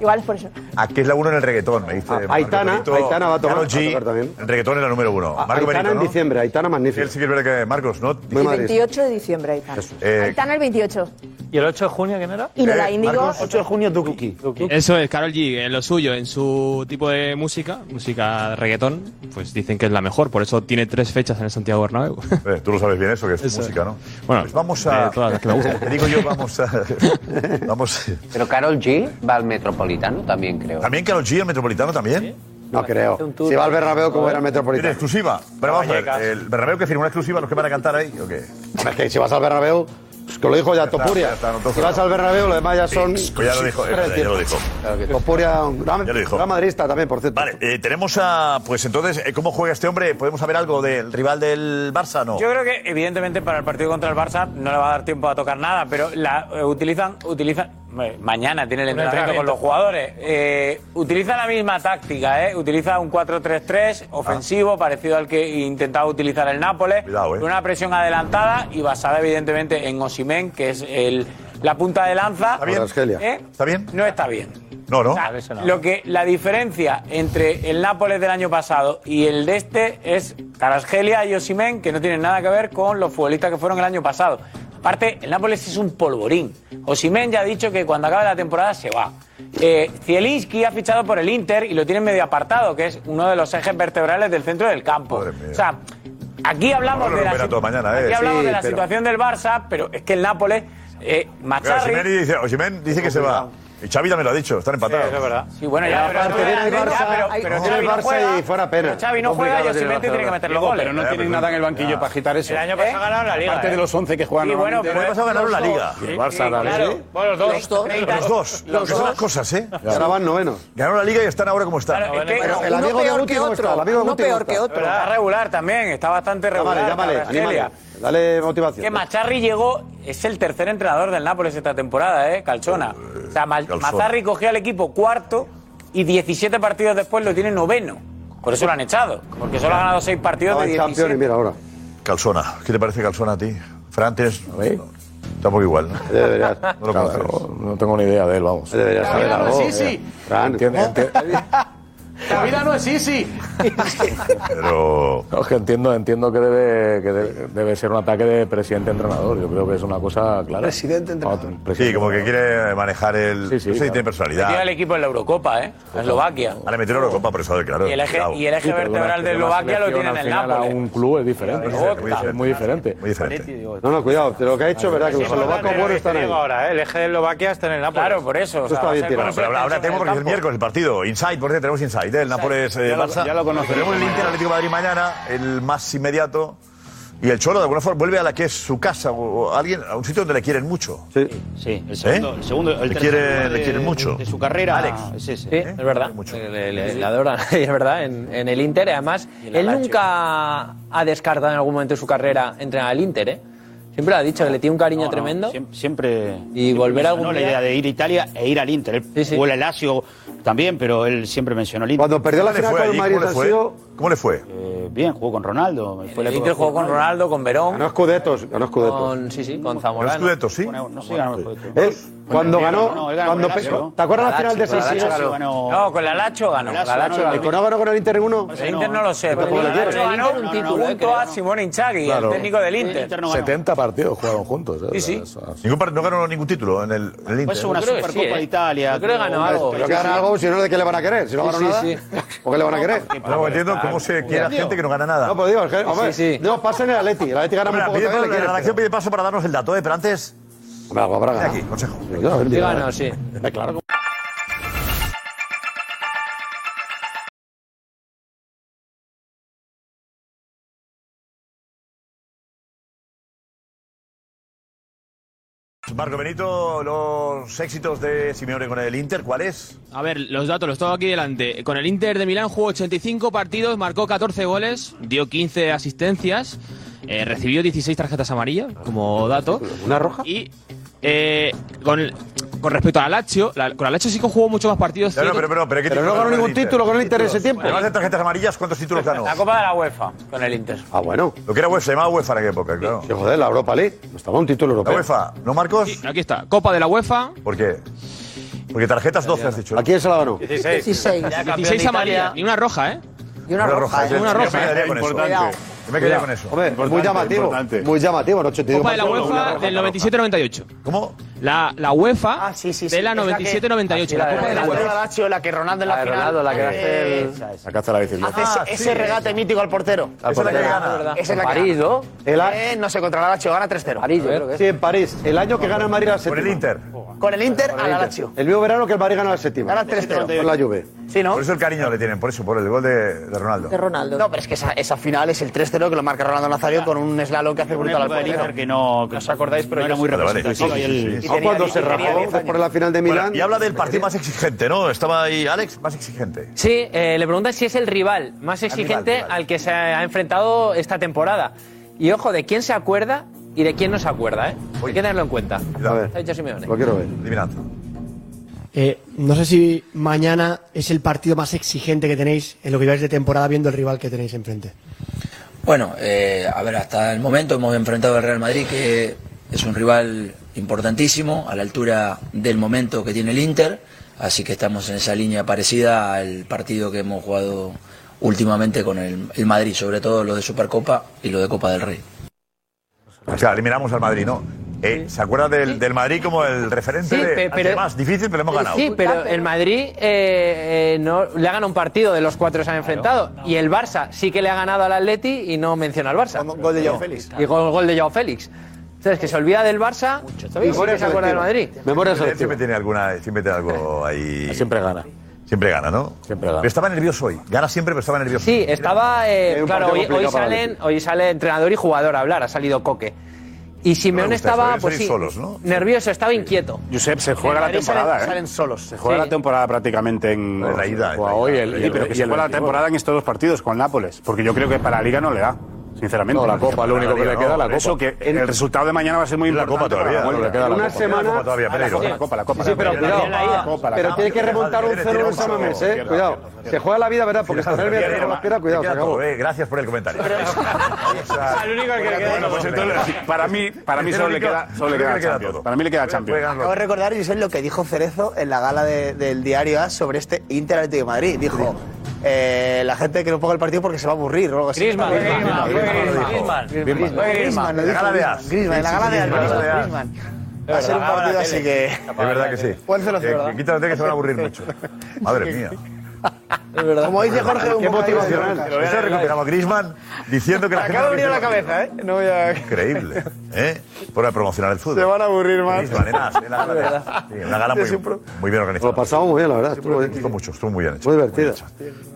Speaker 2: Igual es por eso.
Speaker 1: Aquí Ah, es la 1 en el reggaetón, me dice. Marco
Speaker 3: Aitana,
Speaker 1: Benito.
Speaker 3: Aitana va a tocar-
Speaker 1: Karol G,
Speaker 3: va a tocar
Speaker 1: El reggaetón era número 1.
Speaker 3: A-
Speaker 1: Marco
Speaker 3: Aitana
Speaker 1: Benito,
Speaker 3: en
Speaker 1: ¿no?
Speaker 3: diciembre, Aitana magnífica.
Speaker 1: Él sí que es verdad que Marcos, ¿no?
Speaker 6: El 28 de diciembre, Aitana.
Speaker 1: Eh,
Speaker 2: Aitana el 28.
Speaker 5: ¿Y el 8 de junio quién era?
Speaker 2: Y Lola Índigo.
Speaker 5: 8 de junio Duki.
Speaker 28: Eso es, Carol G, en lo suyo, en su tipo de música, música de reggaetón, pues dicen que es la mejor, por eso tiene tres fechas en el Santiago Bernabéu.
Speaker 1: eh, tú lo sabes bien eso, que es música, ¿no?
Speaker 28: Bueno,
Speaker 1: Pues vamos a...
Speaker 28: de Eh, todas las que me gustan.
Speaker 1: Te digo yo, vamos a... vamos...
Speaker 19: Pero Carol G va al Metropolitano también, creo.
Speaker 1: ¿También Carol G, el Metropolitano también?
Speaker 3: No creo. Si va al Bernabéu, como era el Metropolitano.
Speaker 1: ¿Tiene exclusiva? Pero vamos a ver, ¿el Bernabéu que firmó una exclusiva los que van a cantar ahí o qué?
Speaker 3: Es que si vas al Bernabéu, pues que lo dijo ya
Speaker 1: está, ya
Speaker 3: Topuria.
Speaker 1: está, no toco
Speaker 3: Si vas
Speaker 1: nada.
Speaker 3: al Bernabéu, lo demás ya
Speaker 1: Sí,
Speaker 3: son...
Speaker 1: pues ya lo dijo, es verdad, ya lo dijo.
Speaker 3: Claro que Topuria, un gran,
Speaker 1: Ya lo dijo.
Speaker 3: gran madridista también, por cierto.
Speaker 1: Vale, eh, tenemos a... Pues entonces, eh, ¿cómo juega este hombre? ¿Podemos saber algo del rival del Barça no?
Speaker 9: Yo creo que, evidentemente, para el partido contra el Barça no le va a dar tiempo a tocar nada, pero la, eh, utilizan, utilizan. hombre, Mañana tiene el
Speaker 5: Un
Speaker 9: entrenamiento con
Speaker 5: entrenamiento.
Speaker 9: los jugadores. Eh, utiliza la misma táctica, ¿eh? Utiliza un 4-3-3
Speaker 1: Ah.
Speaker 9: ofensivo, parecido al que intentaba utilizar el Nápoles.
Speaker 1: Cuidado, ¿eh?
Speaker 9: Con Una presión adelantada y basada, evidentemente, en Osimén, que es el, la punta de lanza.
Speaker 1: ¿Está bien? Por Argelia.
Speaker 9: ¿Eh?
Speaker 1: ¿Está bien?
Speaker 9: No está bien.
Speaker 1: No, no.
Speaker 9: O sea, Ah, Lo que, la diferencia entre el Nápoles del año pasado y el de este es Carasgelia y Osimen, que no tienen nada que ver con los futbolistas que fueron el año pasado. Aparte, el Nápoles es un polvorín. Osimen ya ha dicho que cuando acabe la temporada se va. Eh, Zielinski ha fichado por el Inter y lo tienen medio apartado, que es uno de los ejes vertebrales del centro del campo. O sea, aquí hablamos
Speaker 1: Ahora lo
Speaker 9: de la,
Speaker 1: recupera todo mañana,
Speaker 9: aquí
Speaker 1: eh.
Speaker 9: hablamos
Speaker 1: Sí,
Speaker 9: de la
Speaker 1: pero-
Speaker 9: situación del Barça, pero es que el Nápoles, eh,
Speaker 1: Claro,
Speaker 9: Macharri-
Speaker 1: Osimhen dice, Osimhen dice que se va. Y Xavi también lo ha dicho, están empatados.
Speaker 9: Sí, eso es verdad. Sí, bueno, ya, pero- Aparte, viene el Barça- pero- pero Xavi no juega. Pero Xavi no juega y Osimhen tiene que meter los
Speaker 7: Digo,
Speaker 9: goles. Ah,
Speaker 7: Pero no tienen nada en el banquillo para agitar eso.
Speaker 9: El año pasado ganaron la Liga,
Speaker 7: Aparte de
Speaker 9: ¿eh?
Speaker 7: los 11 que juegan
Speaker 9: Sí, bueno,
Speaker 7: normalmente.
Speaker 9: pero el año pasado ganaron la Liga.
Speaker 7: Y el
Speaker 9: Sí,
Speaker 7: Barça,
Speaker 9: sí,
Speaker 7: la
Speaker 9: claro.
Speaker 7: Liga.
Speaker 9: Bueno, los dos.
Speaker 1: Los dos.
Speaker 9: Treinta.
Speaker 1: Los dos.
Speaker 9: Los
Speaker 1: Los son las
Speaker 9: dos.
Speaker 1: cosas, ¿eh?
Speaker 3: Ya. Ahora van novenos.
Speaker 1: Ganaron la liga y están ahora como están.
Speaker 9: es que-
Speaker 1: Pero
Speaker 9: uno peor que
Speaker 3: ¿cómo
Speaker 9: otro,
Speaker 3: está? El amigo de
Speaker 9: uno
Speaker 3: Guti, ¿cómo
Speaker 9: peor que
Speaker 3: está?
Speaker 9: otro. Está regular también, está bastante regular.
Speaker 3: Llámale, llámale,
Speaker 9: Carrasquelia.
Speaker 3: anímale. Dale
Speaker 9: Que
Speaker 3: motivación.
Speaker 9: Macharri llegó, es el tercer entrenador del Nápoles esta temporada, ¿eh? Calchona. O sea, Ma-
Speaker 3: Calzona.
Speaker 9: Macharri cogió al equipo cuarto y 17 partidos después lo tiene noveno. Por eso lo han echado, porque solo ha ganado 6 partidos de
Speaker 1: Estaban
Speaker 9: 17.
Speaker 1: campeones, mira ahora. Calzona. ¿Qué te parece Calzona a ti? Fran, tienes... Tampoco igual, ¿no?
Speaker 21: Deberías.
Speaker 1: No lo
Speaker 21: Claro, no tengo ni idea de él, vamos.
Speaker 3: Deberías
Speaker 21: saber
Speaker 1: Claro,
Speaker 21: algo.
Speaker 1: sí, sí.
Speaker 21: Fran, entiende-
Speaker 25: La vida no es easy.
Speaker 1: Pero.
Speaker 21: No, es que entiendo, entiendo que, debe, que de- debe ser un ataque de presidente-entrenador. Yo creo que es una cosa clara. Presidente-entrenador.
Speaker 1: Sí, como que quiere manejar el... Sí, sí,
Speaker 21: sí, claro.
Speaker 1: tiene
Speaker 9: Metió
Speaker 1: personalidad.
Speaker 9: al equipo en la Eurocopa, ¿eh? A Eslovaquia.
Speaker 1: Ahora metieron la Eurocopa, pero eso claro.
Speaker 9: Y el eje-
Speaker 1: cuidado.
Speaker 9: y el eje Sí, pero vertebral una- de pero una Eslovaquia lo tiene en el
Speaker 21: Al final a
Speaker 9: Nápoles.
Speaker 21: un club es diferente.
Speaker 1: Muy
Speaker 21: Es
Speaker 1: diferente,
Speaker 21: muy, diferente.
Speaker 1: Muy diferente.
Speaker 3: No, no, cuidado, pero lo
Speaker 9: Ah,
Speaker 3: que ha hecho, verdad, que los eslovacos buenos están ahí.
Speaker 9: ahora, ¿eh? El eje de Eslovaquia está en el Nápoles. Claro, por eso. o sea, va a ser
Speaker 1: Bueno,
Speaker 9: con
Speaker 1: pero ahora, ahora
Speaker 9: suspensión
Speaker 1: tenemos porque
Speaker 9: en
Speaker 1: es el miércoles el partido. Inside, por cierto, tenemos Inside. ¿eh? El Nápoles eh,
Speaker 7: Ya lo-
Speaker 1: Barça.
Speaker 7: ya lo conocemos.
Speaker 1: Tenemos el Inter Atlético de Madrid mañana, el más inmediato. Y el Cholo, de alguna forma, vuelve a la que es su casa o, o alguien, a un sitio donde le quieren mucho. ¿Eh?
Speaker 3: Sí,
Speaker 24: sí. El segundo, el segundo el
Speaker 1: le,
Speaker 24: tercer
Speaker 1: quiere,
Speaker 24: lugar
Speaker 1: le
Speaker 24: de-
Speaker 1: quieren mucho.
Speaker 24: De su carrera.
Speaker 1: Alex.
Speaker 24: Es ese.
Speaker 7: ¿Eh?
Speaker 23: Sí, es verdad. Le- le- le- La adoran, es verdad, en, en el Inter. Además, él nunca ha descartado en algún momento de su carrera entrenar al Inter, ¿eh? Siempre lo ha dicho, que le tiene un cariño tremendo.
Speaker 24: Siempre.
Speaker 23: Y volver algún
Speaker 24: No, la
Speaker 23: día-
Speaker 24: idea de ir a Italia e ir al Inter. Él O el Lazio también, pero él siempre mencionó el Inter. Cuando
Speaker 3: perdió la ¿Cómo le final fue con el allí? Madrid ¿Cómo le fue? Lazio-
Speaker 1: ¿Cómo le fue?
Speaker 24: bien, jugó con Ronaldo.
Speaker 7: Pues
Speaker 24: Fue la
Speaker 23: El
Speaker 24: época
Speaker 23: Inter
Speaker 24: de
Speaker 23: jugó con Ronaldo, con Verón.
Speaker 3: Ganó Scudettos, ganó Scudettos.
Speaker 23: Con, sí, sí, con Zamorano.
Speaker 1: Scudetto, sí?
Speaker 24: No sé, ganó
Speaker 3: Él, cuando
Speaker 24: No,
Speaker 3: ganó,
Speaker 24: no, él ganó
Speaker 3: cuando
Speaker 24: con el
Speaker 3: pe-
Speaker 24: Lazio, ¿no?
Speaker 3: ¿te acuerdas la
Speaker 24: Con la
Speaker 3: final de
Speaker 24: Lazio, con la
Speaker 3: 6
Speaker 24: Lazio ganó.
Speaker 9: No, con la Lacho ganó.
Speaker 3: La Lazio ganó. ¿Y con no ganó con el Inter 1?
Speaker 9: Pues El Inter no lo sé, pero
Speaker 3: Tampoco
Speaker 9: con
Speaker 3: lo
Speaker 9: la Lacho
Speaker 3: quiere.
Speaker 9: ganó
Speaker 3: El Inter un
Speaker 9: junto
Speaker 3: título, eh, creo,
Speaker 9: a
Speaker 3: ¿no?
Speaker 9: Simón Inzaghi,
Speaker 1: Claro.
Speaker 9: el técnico del Inter.
Speaker 21: 70 partidos jugaron juntos. ¿eh?
Speaker 9: Sí,
Speaker 21: sí.
Speaker 1: Ningún par- no ganó ningún título en el, en el Inter.
Speaker 24: Pues una Supercopa de Italia.
Speaker 3: Pero que gana algo, si no, ¿de qué le van a querer? Si no
Speaker 24: Sí,
Speaker 3: ganó
Speaker 24: sí,
Speaker 3: nada,
Speaker 24: sí.
Speaker 3: ¿por qué le van a querer?
Speaker 1: No, no entiendo cómo se quiere a gente que no gana nada.
Speaker 3: No, pues digo, es que,
Speaker 1: Sí,
Speaker 3: hombre,
Speaker 1: sí, sí.
Speaker 3: no, pasa en el Atleti. El Atleti gana muy
Speaker 1: Mira,
Speaker 3: poco
Speaker 1: pide-
Speaker 3: también, le
Speaker 1: la
Speaker 3: quiere.
Speaker 1: redacción pide paso para darnos el dato, ¿eh? pero antes.
Speaker 3: Hombre, algo habrá
Speaker 1: Ven
Speaker 3: ganado.
Speaker 1: aquí, consejo.
Speaker 3: Sí, ganó,
Speaker 23: sí.
Speaker 3: Eh, Claro.
Speaker 1: Marco Benito, los éxitos de Simeone con el Inter, ¿cuál es?
Speaker 28: A ver, los datos, los tengo aquí delante. Con el Inter de Milán jugó 85 partidos, marcó 14 goles, dio 15 asistencias, eh, recibió 16 tarjetas amarillas, como dato.
Speaker 3: ¿Una roja?
Speaker 28: Y eh, con, con respecto a Lazio, la- con Lazio sí que jugó muchos más partidos.
Speaker 1: No, no, pero, pero, pero, ¿qué títulos ganó el Inter? Títulos. Además de
Speaker 28: Bueno,
Speaker 1: tarjetas amarillas, ¿cuántos títulos ganó?
Speaker 9: La Copa de la UEFA con el Inter.
Speaker 3: Ah, bueno.
Speaker 1: Lo que era UEFA, se llamaba UEFA en aquella época, claro.
Speaker 3: Que joder, la Europa League. No estaba un título
Speaker 1: La
Speaker 3: europeo.
Speaker 1: UEFA, ¿no, Marcos?
Speaker 28: aquí está, Copa de la UEFA,
Speaker 1: ¿Por qué? Porque tarjetas 12 has dicho. ¿A
Speaker 3: quién se la ganó?
Speaker 1: 16.
Speaker 28: 16. 16 amarillas, ni una roja, ¿eh?
Speaker 6: Y
Speaker 1: una roja,
Speaker 28: Ni una
Speaker 1: yo me
Speaker 28: roja,
Speaker 1: quedaría
Speaker 28: ¿eh?
Speaker 1: con eso. Importante. Yo me quedaría con eso.
Speaker 3: Hombre,
Speaker 1: Importante,
Speaker 3: muy llamativo.
Speaker 1: importante.
Speaker 3: Muy llamativo. en 82
Speaker 28: Copa de la
Speaker 3: partidos, una
Speaker 28: UEFA
Speaker 3: roja.
Speaker 28: del 97-98.
Speaker 1: ¿Cómo?
Speaker 28: La, la UEFA
Speaker 23: Ah,
Speaker 14: sí,
Speaker 28: de la
Speaker 14: es la que-
Speaker 28: 97-98.
Speaker 14: La
Speaker 28: La
Speaker 14: de
Speaker 28: Copa de la
Speaker 14: la
Speaker 28: UEFA.
Speaker 14: Lazio, la que Ronaldo en la
Speaker 11: La de
Speaker 14: final.
Speaker 11: Ronaldo, la que hace
Speaker 14: eh,
Speaker 11: el-
Speaker 21: La caza la bicicleta.
Speaker 14: hace ese- ese regate mítico al portero.
Speaker 21: Al
Speaker 14: Esa es la que
Speaker 21: portero.
Speaker 14: gana. Esa es la que
Speaker 21: París,
Speaker 14: gana.
Speaker 21: ¿no?
Speaker 3: El A-
Speaker 14: Eh, no sé, contra la Lazio gana 3-0.
Speaker 3: A ver, Sí, en París. El año que gana el Madrid a la séptima. Con el
Speaker 1: Inter.
Speaker 14: Con el Inter a la
Speaker 3: Inter.
Speaker 14: Lazio.
Speaker 3: El mismo verano que el Madrid gana la séptima.
Speaker 14: Gana 3-0.
Speaker 3: Con la Juve.
Speaker 14: Sí, ¿no?
Speaker 1: Por eso el cariño le tienen, por eso, por el gol de, de Ronaldo.
Speaker 14: Ronaldo. No, pero es que esa, esa final es el 3-0 que lo marca Ronaldo Nazario con un slalom que hace brutal al
Speaker 24: época del
Speaker 14: portero.
Speaker 1: eh.
Speaker 24: Inter que no, que ¿Os acordáis? Pero
Speaker 14: no
Speaker 24: era muy
Speaker 1: Vale, vale.
Speaker 24: representativa.
Speaker 1: Sí,
Speaker 24: y
Speaker 1: sí,
Speaker 24: el-
Speaker 1: sí, sí.
Speaker 3: Ah, cuando se rajó después de la final de Milán.
Speaker 1: Bueno, y habla del partido más exigente, ¿no? Estaba ahí Alex, más exigente.
Speaker 23: Sí, eh, le preguntan si es el rival más exigente al que se ha enfrentado esta temporada. Y ojo, de quién se acuerda y de quién no se acuerda, ¿eh? Hay que tenerlo en cuenta.
Speaker 1: A
Speaker 23: Ha dicho Simeone.
Speaker 3: Lo quiero ver.
Speaker 16: Eh, no sé si mañana es el partido más exigente que tenéis en lo que lleváis de temporada viendo el rival que tenéis enfrente.
Speaker 17: Bueno, eh, a ver, hasta el momento hemos enfrentado al Real Madrid, que es un rival
Speaker 11: importantísimo, a la altura del momento que tiene el Inter, así que estamos en esa línea parecida al partido que hemos jugado últimamente con el, el Madrid, sobre todo lo de Supercopa y lo de Copa del Rey.
Speaker 1: O sea, eliminamos al Madrid, ¿no? Eh, ¿Se acuerda del, del Madrid como el referente?
Speaker 23: Sí,
Speaker 1: de,
Speaker 23: pe- pero-
Speaker 1: más difícil, pero hemos ganado.
Speaker 23: Sí, pero el Madrid eh, eh, no, le ha ganado un partido de los cuatro que se han enfrentado. Y el Barça sí que le ha ganado al Atleti y no menciona al Barça.
Speaker 14: gol de Joao
Speaker 23: No.
Speaker 14: Félix.
Speaker 23: Y gol, gol de Joao Félix. Entonces, que se olvida del Barça y sí que se acuerda del Madrid.
Speaker 1: Memoria Siempre tiene, alguna, siempre tiene algo ahí. Siempre
Speaker 21: gana.
Speaker 1: Siempre gana, ¿no? Siempre gana. Pero estaba nervioso hoy. Gana siempre, pero estaba nervioso.
Speaker 23: Sí, estaba. eh,
Speaker 1: Hay un
Speaker 23: claro,
Speaker 1: partido
Speaker 23: hoy, hoy
Speaker 1: complicado para el
Speaker 23: salen, hoy sale entrenador y jugador a hablar, ha salido Coque. Y Simeone
Speaker 7: gusta eso,
Speaker 23: estaba
Speaker 7: deben
Speaker 23: pues,
Speaker 7: salir
Speaker 23: sí,
Speaker 7: solos, ¿no?
Speaker 23: nervioso, estaba inquieto.
Speaker 7: Josep, se juega la temporada, ¿eh?
Speaker 23: solos.
Speaker 7: Se juega la temporada prácticamente en
Speaker 21: la ida,
Speaker 7: juega
Speaker 21: en la
Speaker 7: hoy,
Speaker 21: ida.
Speaker 7: el-
Speaker 21: Y
Speaker 7: sí,
Speaker 21: el-
Speaker 7: pero que
Speaker 21: y
Speaker 7: se
Speaker 21: el
Speaker 7: juega la
Speaker 21: 22.
Speaker 7: temporada en estos dos partidos con Nápoles, porque yo creo que para la Liga no le da, sinceramente.
Speaker 21: No, la Copa, lo único que le queda, la
Speaker 7: Por Eso
Speaker 21: Copa.
Speaker 7: que el resultado de mañana va a ser muy importante.
Speaker 21: Copa todavía,
Speaker 7: para la
Speaker 21: no, le
Speaker 7: vuelta.
Speaker 21: queda la Copa.
Speaker 7: semana-
Speaker 21: La Copa todavía,
Speaker 7: Ah, la
Speaker 21: Pereiro.
Speaker 7: Copa, la Copa, la Copa.
Speaker 21: Sí, sí, pero
Speaker 7: La Copa,
Speaker 21: cuidado.
Speaker 7: la Copa, la Copa, la
Speaker 3: Ah, Pero
Speaker 7: Copa.
Speaker 3: tiene que remontar un
Speaker 7: Tiene
Speaker 3: 0 en
Speaker 7: razón,
Speaker 3: Samamés, eh.
Speaker 7: tiene
Speaker 3: Cuidado. Se juega la vida, ¿verdad? Porque está
Speaker 1: Te
Speaker 3: nervioso
Speaker 1: queda
Speaker 3: con
Speaker 1: todo,
Speaker 3: la pierna, cuidado,
Speaker 1: te
Speaker 3: se
Speaker 1: queda
Speaker 3: acabó.
Speaker 1: todo, eh. Gracias por el comentario.
Speaker 7: Al único que le queda
Speaker 1: Bueno,
Speaker 7: pues entonces, para mí, para mí
Speaker 1: El
Speaker 7: solo le
Speaker 1: único-
Speaker 7: queda, solo le queda
Speaker 1: creo que le queda
Speaker 7: Champions.
Speaker 1: todo.
Speaker 7: Para mí le queda
Speaker 14: Acabo de
Speaker 7: Champions.
Speaker 14: recordar, José, lo que dijo Cerezo en la gala de- del diario A sobre este Inter Atlético de Madrid. Dijo, eh, la gente que no ponga el partido porque se va a aburrir o algo así.
Speaker 15: Griezmann,
Speaker 14: Fue
Speaker 15: Griezmann,
Speaker 14: Griezmann,
Speaker 15: fue
Speaker 14: Griezmann lo dijo.
Speaker 15: Griezmann,
Speaker 14: Griezmann,
Speaker 15: Griezmann.
Speaker 14: fue
Speaker 15: Fue
Speaker 14: Griezmann, lo
Speaker 15: Griezmann,
Speaker 14: dijo
Speaker 15: la gala de
Speaker 14: Griezmann.
Speaker 15: As.
Speaker 14: Griezmann, en la gala de As,
Speaker 15: Sí, sí, sí,
Speaker 14: Griezmann,
Speaker 15: la gala de As.
Speaker 14: Griezmann.
Speaker 15: Es
Speaker 14: Va a ser un
Speaker 15: verdad,
Speaker 14: partido
Speaker 15: la
Speaker 14: así
Speaker 15: tele.
Speaker 14: que...
Speaker 1: Es verdad que sí.
Speaker 3: Pues
Speaker 14: Puede ser los
Speaker 1: Eh,
Speaker 14: verdad.
Speaker 1: Quítate que se van a aburrir mucho. Madre mía.
Speaker 14: Como dice Jorge, un
Speaker 1: Qué
Speaker 14: poco ahí de
Speaker 1: motivacional.
Speaker 14: broncas.
Speaker 1: Eso recuperamos a Griezmann diciendo que la gente...
Speaker 14: Acaba de venir a
Speaker 1: no
Speaker 14: la
Speaker 1: quiere-
Speaker 14: cabeza, ¿eh? No voy a...
Speaker 1: Increíble. ¿eh? Por promocionar el fútbol.
Speaker 14: Se van a aburrir más.
Speaker 1: Griezmann, en As, en la
Speaker 14: Ah,
Speaker 1: gala de As. Sí, una gala muy, muy bien organizada. Lo
Speaker 3: pasamos muy bien, la verdad.
Speaker 1: Estuvo, mucho, estuvo muy bien hecho. Muy divertida.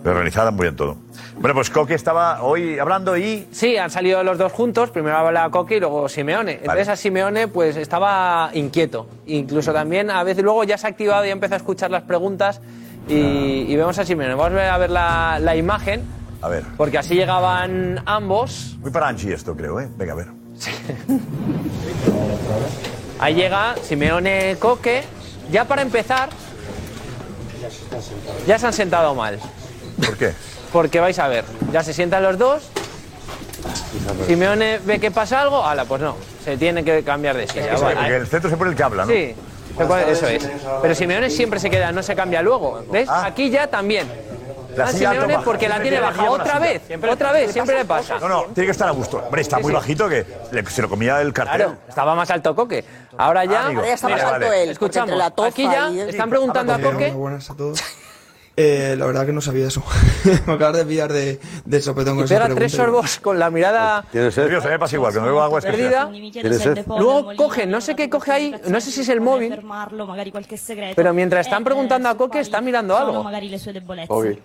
Speaker 1: organizada, muy bien todo. Bueno, pues Coque estaba hoy hablando y...
Speaker 23: Sí, han salido los dos juntos. Primero habla Coque y luego Simeone. Entonces a Simeone pues estaba inquieto. Incluso también a veces luego ya se ha activado y empieza a escuchar las preguntas y, y vemos a Simeone. Vamos a ver, a ver la, la imagen
Speaker 1: A ver.
Speaker 23: porque así llegaban ambos.
Speaker 1: Muy para Anchi esto, creo, ¿eh? Venga, a ver.
Speaker 23: Ahí llega Simeone Coque. Ya para empezar ya se han sentado mal.
Speaker 1: ¿Por qué?
Speaker 23: Porque vais a ver, ya se sientan los dos. Simeone ve que pasa algo, ala, pues no, se tiene que cambiar de silla.
Speaker 1: Eso,
Speaker 23: vale.
Speaker 1: porque el centro se pone el que habla, ¿no?
Speaker 23: Sí, eso es. Pero Simeone siempre se queda, no se cambia luego. ¿Ves? Aquí ya también.
Speaker 1: Ah. La
Speaker 23: Ah,
Speaker 1: silla
Speaker 23: Simeone
Speaker 1: alto baja.
Speaker 23: porque la
Speaker 1: Siempre
Speaker 23: tiene
Speaker 1: tiene la
Speaker 23: baja
Speaker 1: silla
Speaker 23: otra
Speaker 1: baja.
Speaker 23: vez, otra vez, siempre le pasa.
Speaker 1: No, no, tiene que estar a gusto. Hombre, está
Speaker 23: Sí,
Speaker 1: muy
Speaker 23: sí.
Speaker 1: bajito que le- se lo comía el cartel. Ah,
Speaker 23: Claro, estaba más alto Coque. Ahora ya,
Speaker 1: Amigo. Ahora ya está más Mira, alto vale. él, porque
Speaker 23: Escuchamos,
Speaker 1: entre la tofa
Speaker 23: aquí ya
Speaker 1: y el-
Speaker 23: están preguntando a Coque.
Speaker 17: buenas a todos. Eh, la verdad que no sabía eso. Me acabas de pillar de, de sopetón
Speaker 23: Y
Speaker 17: con esa
Speaker 23: pega tres
Speaker 17: pregunta.
Speaker 23: sorbos con la mirada
Speaker 1: Ah. Pues Tiene sed. Nervioso, me pasa igual, que no bebo agua es que
Speaker 23: perdida.
Speaker 1: Tiene sed.
Speaker 23: Luego coge, no sé qué coge ahí, no sé si es el móvil, pero mientras están preguntando a Coque está mirando algo.
Speaker 1: Móvil.